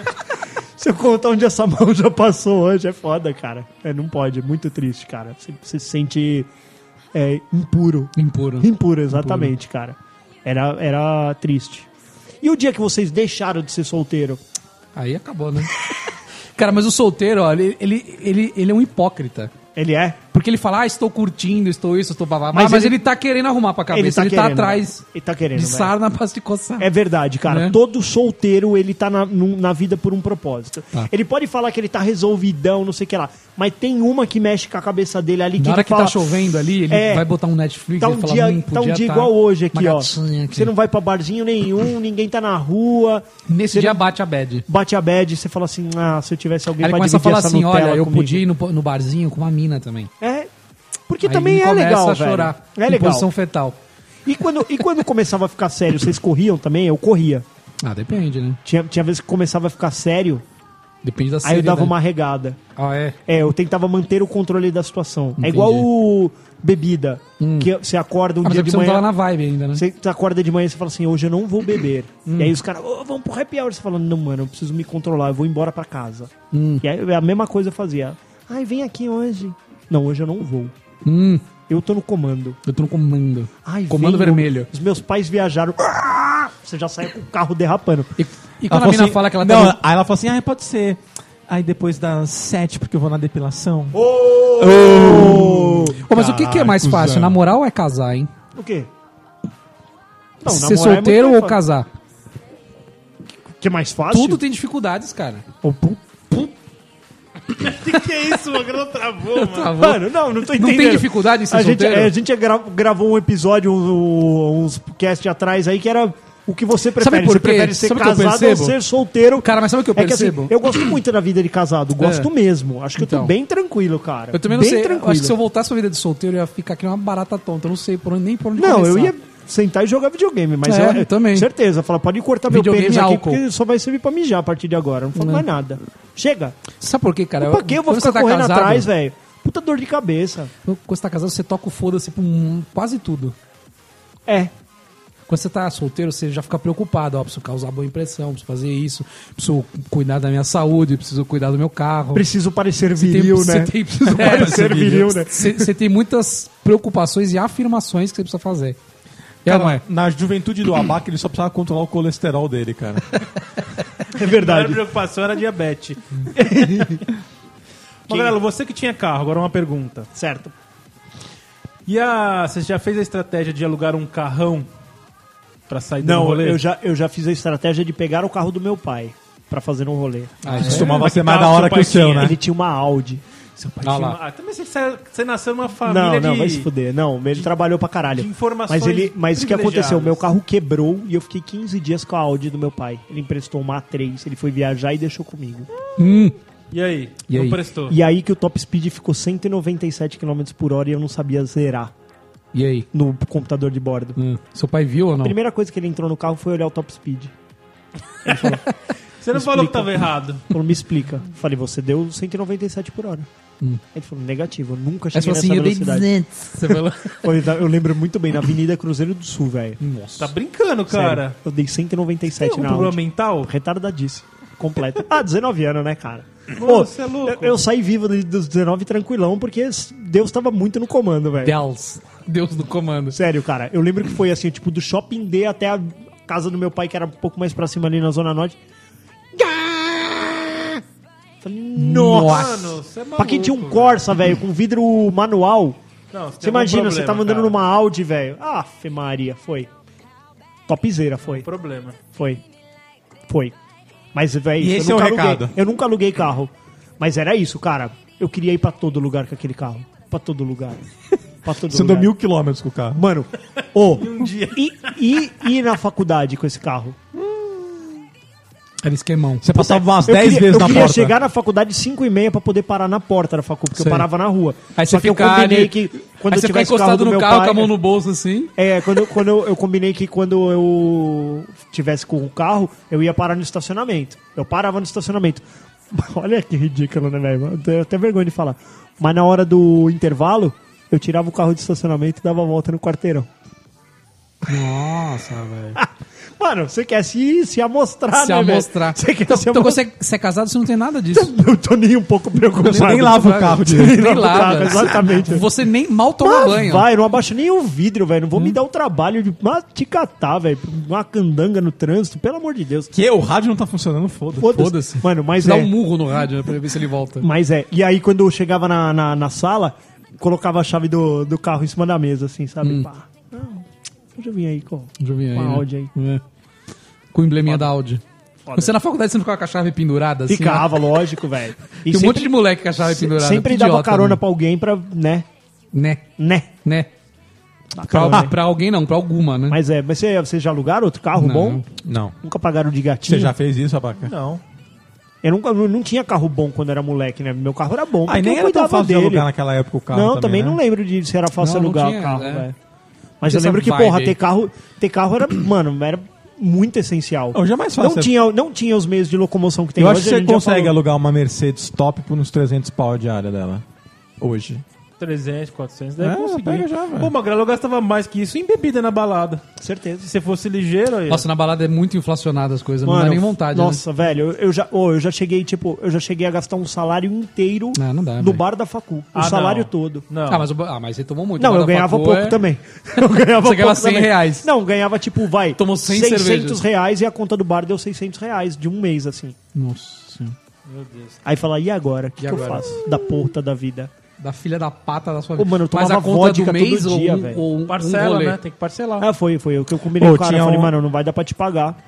Se eu contar onde essa mão já passou hoje, é foda, cara. É, não pode, é muito triste, cara. Você, você se sente é, [laughs] impuro.
Impuro.
Impuro, exatamente, cara. Era, era triste. E o dia que vocês deixaram de ser solteiro?
Aí [laughs] acabou, né? Cara, mas o solteiro, ó, ele, ele, ele, ele é um hipócrita.
Ele é?
Porque ele fala, ah, estou curtindo, estou isso, estou babá. Mas,
Mas
mas
ele-
ele, tá querendo arrumar pra cabeça. Ele tá,
querendo,
atrás
velho. Ele tá querendo,
de
velho.
sarna [laughs] pra se coçar.
É verdade, cara.
Né?
Todo solteiro, ele tá na, num- na vida por um propósito. Ele pode falar que ele tá resolvidão, não sei o que lá. Mas tem uma que mexe com a cabeça dele ali que
Na hora
ele
que
fala,
tá chovendo ali, ele
É.
vai botar um Netflix
Tá um
ele fala,
dia,
"Hum,
tá um
podia
dia
tá
igual hoje aqui,
uma
ó.
gatinha aqui."
Você não vai pra barzinho nenhum, [laughs] ninguém tá na rua.
Nesse
você
dia
não-
bate a bad.
bate a bad, você fala assim, ah, se eu tivesse
Aí
alguém
ele
pra
começa
dividir
a falar
essa
assim,
Nutella
olha, eu
comigo."
podia ir no, po- no barzinho com uma mina também.
É, porque
Aí
também
ele
é
começa
legal,
a chorar.
velho. É
em
legal.
posição fetal.
E quando, e quando começava a ficar sério, vocês corriam também? Eu corria.
Ah, depende, né?
Tinha, tinha vezes que começava a ficar sério,
Depende da
aí eu dava
seriedade.
uma regada.
Ah, é?
É, eu tentava manter o controle da situação. É
Entendi.
igual o bebida, que você acorda um
Ah, mas é
dia
porque
de
você não tava
manhã.
na vibe ainda, né? Hum.
Você acorda de manhã e você fala assim, hoje eu não vou beber. E aí os caras, "Ô, vamos pro happy hour. Você fala, não, mano, eu preciso me controlar, eu vou embora pra casa.
Hum.
E aí a mesma coisa eu fazia. Ai, vem aqui hoje. Não, hoje eu não vou.
Hum,
Eu tô no comando.
eu tô no comando.
Ai,
comando
vem,
vermelho.
Os meus pais viajaram. [laughs] Ah! Você já saiu com o carro derrapando.
E, e quando a
falou
mina
assim-
fala que ela tá
não,
no-
Aí ela fala assim, ah, pode ser. Aí depois das sete, porque eu vou na depilação.
Ô, mas o que, que é mais
Caraca,
fácil,
cuzão.
namorar ou é casar, hein?
O quê?
Ser
namorar é
solteiro
muito
ou
mais
casar?
fácil. Que é mais fácil?
Tudo tem dificuldades, cara.
Ô, pu-
Que isso, o magrão travou, mano.
Tá bom?
Mano, não, não tô
Não
entendendo.
tem dificuldade em ser
a gente,
solteiro?
é, a gente gra- gravou um episódio, um- uns cast atrás aí, que era o que você prefere.
por
você
quê?
prefere ser
Sabe o que eu
casado ou
percebo?
ser solteiro.
Cara, mas sabe o que eu
É
percebo?
assim, eu gosto muito da vida de casado, gosto mesmo. Acho que eu tô
Então.
bem tranquilo, cara.
Eu também não
bem
sei. eu
Tranquilo.
Acho que se eu voltasse pra vida de solteiro, eu ia ficar aqui uma barata tonta. Eu não sei por onde, nem por onde
Não,
começar.
eu ia sentar e jogar videogame, mas
É,
eu,
eu também.
Certeza, falar, pode cortar
Videogame
meu pênis
e
aqui,
álcool.
porque só vai servir pra mijar a partir de agora. Não falo
Não.
mais nada. Chega.
Sabe por quê, cara?
Pra que eu vou
Quando
ficar
você tá
correndo
casado-
atrás, velho? Puta dor de cabeça.
Quando você tá casado, você toca o foda-se pra um- quase tudo.
É.
Quando você tá solteiro, você já fica preocupado. Ó, preciso causar boa impressão, preciso fazer isso, preciso cuidar da minha saúde, preciso cuidar do meu carro.
Preciso parecer viril,
Você
né?
tem- [laughs] preciso-
É, parecer viril, né?
Você você tem muitas preocupações e afirmações que você precisa fazer. É,
Cara,
mãe?
na juventude do Abaca, ele só precisava controlar o colesterol dele, cara.
É
A maior
verdade.
[laughs]
preocupação
[laughs]
era diabetes. Magrelo, você que tinha carro, agora uma pergunta.
Certo.
E a, você já fez a estratégia de alugar um carrão pra sair do
Não,
Tá rolê?
eu já, eu já fiz a estratégia de pegar o carro do meu pai pra fazer um rolê.
Costumava
mas
ser
que
mais da
carro
hora
seu
que o
pai
seu,
tinha?
né?
Ele tinha uma Audi.
Seu pai
Ah lá.
tinha uma- Ah, também você, sa- você nasceu numa
Não,
família
não,
de...
vai se fuder. Não, ele trabalhou pra caralho.
de informações
mas ele, mas o que
privilegiadas.
aconteceu? Meu carro quebrou e eu fiquei 15 dias com a Audi do meu pai. Ele emprestou uma A3, ele foi viajar e deixou comigo.
E aí?
E
não
aí?
prestou.
E aí que o top speed ficou 197 km por hora e eu não sabia zerar
E aí?
no computador de bordo.
Hum, Seu pai viu ou não?
A primeira coisa que ele entrou no carro foi olhar o top speed.
Você não falou que tava errado.
Falou, me explica. Falei, você deu 197 por hora. Ele falou, negativo, eu nunca
Hum. Aí você
cheguei nessa
falou assim, eu dei
velocidade.
200. Você falou...
Olha, tá, eu lembro muito bem, na Avenida Cruzeiro do Sul, velho.
Tá
Sério,
brincando, cara.
Eu dei
Tem
197
algum
na
problema
Audi.
mental?
Retardadíssimo. Completo. Ah, 19 anos, né, cara? Pô,
Você é louco.
eu, eu saí vivo de- dos 19 tranquilão, porque s- Deus tava muito no comando, velho.
[laughs] Deus. Deus do comando.
Sério, cara. Eu lembro que foi assim, tipo, do shopping D até a casa do meu pai, que era um pouco mais pra cima ali na Zona Norte. Ah! Falei, nossa.
Mano, você é maluco.
Pra quem tinha um Corsa, velho, com vidro manual,
Não, você
você
tem algum
imagina, você
problema,
tava andando
cara.
numa Audi, velho. Ah, Maria, foi. Topzera, foi.
Problema.
Foi. Foi. Mas, velho,
E
eu,
esse é
nunca
o
aluguei-
recado.
eu nunca aluguei carro. Mas era isso, cara. Eu queria ir pra todo lugar com aquele carro. Pra todo lugar.
[laughs]
Pra todo
Você andou
lugar.
mil um quilômetros com o carro.
Mano,
[laughs]
ô,
dia.
e, e, e na faculdade com esse carro?
Era esquemão.
Você passava umas
Eu
10
queria-
vezes
eu
na
queria
porta.
chegar na faculdade 5 e meia pra poder parar na porta da faculdade, porque
Sei.
eu parava na rua.
Aí você
Só que eu
fica
combinei
ali-
que quando
Aí
eu
você fica
tivesse o carro
encostado
do
no
meu
carro
pai,
com a mão no bolso,
[laughs]
assim.
É, quando, eu- quando eu, eu combinei que quando eu tivesse com o carro, eu ia parar no estacionamento. Eu parava no estacionamento. [laughs] Olha que ridículo, né, velho? Eu tenho até vergonha de falar. Mas na hora do intervalo, eu tirava o carro do estacionamento e dava a volta no quarteirão. [laughs]
Nossa, velho.
Mano, você quer se, se amostrar,
Se
né, velho?
amostrar.
Você quer
Então,
se
então
amostrar.
você, você é casado, você não tem nada disso.
[laughs] Eu tô nem um pouco preocupado.
Você nem lava o carro
[laughs]
direito.
Nem
lava o carro,
lava.
exatamente.
Você nem mal toma
Ah,
banho.
Vai, não abaixo nem o vidro, velho. Não vou me dar o trabalho de mas te catar, velho. Uma candanga no trânsito, pelo amor de Deus.
Que o rádio não tá funcionando, foda-se.
Foda-se.
Foda-se.
Mano, mas
Dá
é. [laughs]
um murro no rádio né, pra ver se ele volta.
Mas é. E aí, quando eu chegava na, na, na sala, colocava a chave do, do carro em cima da mesa, assim, sabe? Pá. Não, hoje eu vim aí com,
Deixa eu ver
com a
né?
Audi aí.
É. Com o embleminha da Audi. Você na faculdade você não ficava com a chave pendurada assim?
Ficava, lógico, velho. E
Tem um monte de moleque com a chave pendurada.
Sempre
que
dava
idiota,
carona
né?
pra alguém pra, né?
Né?
Né?
Né?
Dá
Pra,
carona, né?
pra alguém não, pra alguma, né?
Mas é, mas você, vocês já alugaram outro carro
Não.
bom?
Não.
Nunca pagaram de gatinho?
Você já fez isso, Abaca?
Não. Eu nunca, eu não tinha carro bom quando era moleque, né? Meu carro era bom.
Aí
porque
Ah, nem
eu
era tão
cuidava
fácil de
dele.
alugar naquela época o carro.
não, também
né?
não lembro de se era fácil
Não, não
alugar
tinha,
o carro,
é.
velho. Mas eu
Tinha
lembro
essa
que, porra,
vibe.
ter carro, ter carro era, mano, era muito essencial.
Hoje é mais fácil.
Não tinha, não tinha os meios de locomoção que tem
Eu
hoje.
acho que você
hoje em dia
consegue
falou-
alugar uma Mercedes top por uns 300 pau a diária dela. Hoje.
300, 400, daí
É,
consegui.
pega já, velho.
Pô, Magrelo eu gastava mais que isso em bebida na balada.
Certeza.
Se você fosse ligeiro aí.
Nossa, na balada é muito inflacionada as coisas, não dá nem vontade. né?
Nossa, velho, eu- eu já, ô, eu já cheguei, tipo, eu já cheguei a gastar um salário inteiro
Não, não dá,
no
velho.
bar da facu.
Ah,
o
não.
salário todo.
Não.
Ah, mas, o- ah, mas você tomou muito.
Não,
Mas
eu
a
ganhava
Facu
pouco
é-
também.
[laughs]
Eu ganhava
Você ganhava
pouco
100
também.
reais.
Não, ganhava tipo, vai.
Tomou 100 cervejas.
reais e a conta do bar deu 600 reais de um mês, assim.
Nossa senhora.
Aí fala, e agora? O que,
E
que eu
agora?
faço? Da porta da vida.
Da filha da pata da sua
Ô, mano, eu
Mas a
tomava
conta do
vodka todo
mês ou
dia,
um,
velho.
ou um, um
Parcela,
rolê.
né? Tem que parcelar.
Ah, foi, foi. Eu que eu combinei
Ô,
com o cara. Eu
tinha
falei,
um-
mano, não vai dar pra te pagar.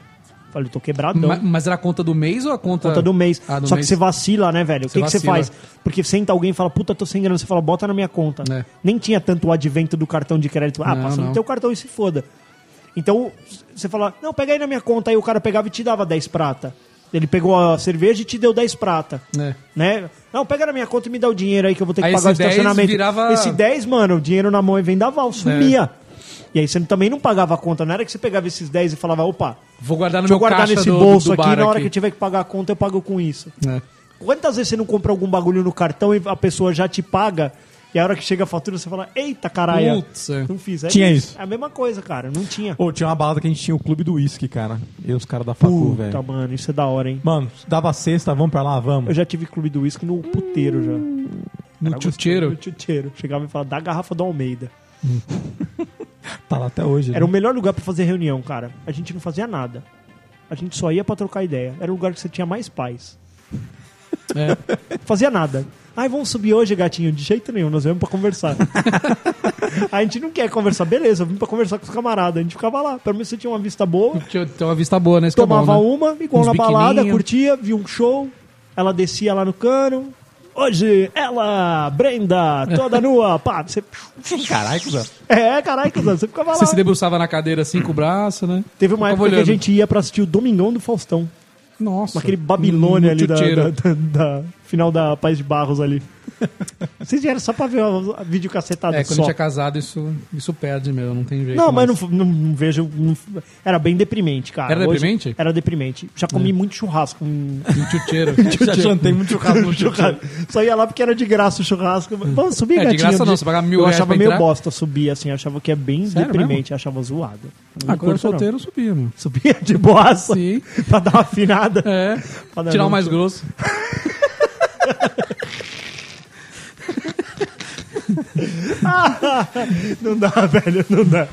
Falei, tô quebradão.
Ma- Mas, era a conta do mês ou a conta...
Conta do mês.
Ah, do
Só
mês.
que você vacila, né, velho? O
Você
que, que você
vacila.
faz? Porque senta alguém e fala, puta, tô sem grana. Você fala, bota na minha conta.
É.
Nem tinha tanto o advento do cartão de crédito. Ah,
Não,
passa no
não.
teu cartão e se foda. Então, você fala, não, pega aí na minha conta. Aí o cara pegava e te dava 10 prata. Ele pegou a cerveja e te deu 10 prata.
É.
Né? Não, pega na minha conta e me dá o dinheiro aí que eu vou ter que
Aí
pagar o
esse 10
estacionamento.
virava-
Esse 10, mano, o dinheiro na mão é vendaval, sumia. E aí você também não pagava a conta. Não era que você pegava esses 10 e falava, opa,
Vou guardar no
deixa eu
meu
guardar
caixa
nesse
do,
bolso
do
aqui
bar
na hora
aqui.
que eu tiver que pagar a conta eu pago com isso.
É.
Quantas vezes você não compra algum bagulho no cartão e a pessoa já te paga e a hora que chega a fatura você fala, eita caralho,
Putz, é.
não fiz. É
Tinha isso.
É a mesma coisa, cara, não tinha.
Ou tinha uma balada que a gente tinha o clube do uísque, cara. E os caras da facu,
Puta,
velho.
mano, isso é da hora, hein.
Mano, dava sexta, vamos pra lá,
Eu
vamos.
já tive clube do uísque no puteiro já.
Hum. No
No
tchutcheiro.
chuteiro. Chegava e falava, dá a garrafa do Almeida.
Tá lá até hoje. né?
Era um o melhor lugar pra fazer reunião, cara. A gente não fazia nada. A gente só ia pra trocar ideia. Era o lugar que você tinha mais paz.
É.
[laughs] Fazia nada. Ai, vamos subir hoje, gatinho. De jeito nenhum, nós viemos pra
[laughs]
conversar. a gente não quer conversar. Beleza, eu vim pra conversar com os camaradas. A gente ficava lá. Pelo menos você tinha uma vista boa.
Tinha tinha uma vista boa, né? Isso que é bom,
Tomava
né?
uma, igual
Uns
na balada,
biquininho.
curtia, via um show. Ela descia lá no cano. Hoje, ela, Brenda,
[laughs]
toda nua. Pá, você...
Caralho, cuzão.
É, caralho, cuzão, você ficava lá.
Você se debruçava na cadeira assim com o braço, né?
Teve uma
Ficava
época
olhando.
que a gente ia pra assistir o Domingão do Faustão.
Nossa. Hum,
Aquele Babilônia
no
ali da,
tchutcheiro.
da- da- da- final da Paz de Barros
[laughs]
ali. Vocês vieram só pra ver a, a videocassetada
É, quando a
só.
gente é casado, isso, isso perde, meu. Não tem jeito.
Não, mas
mais.
não, f- não- não vejo. não f- era bem deprimente, cara.
Era deprimente? É.
Era deprimente. Já comi muito churrasco.
[laughs]
hum,
No tchutcheiro.
Já jantei
[laughs]
muito churrasco no
[laughs] churrasco. Só ia lá porque era de graça o churrasco. Vamos subir,
É, de
gatinho.
graça não, você paga mil
Eu
reais
achava
pra
meio
entrar?
bosta subir, assim. Achava que é bem
Sério Ah,
deprimente. Achava zoado. Não
Agora
curto, não.
solteiro, eu subia, meu.
Subia de boassa.
Sim.
[laughs] pra dar uma afinada.
É.
Pra dar
Tirar o
uma-
mais grosso. É.
Não dá, velho, não dá.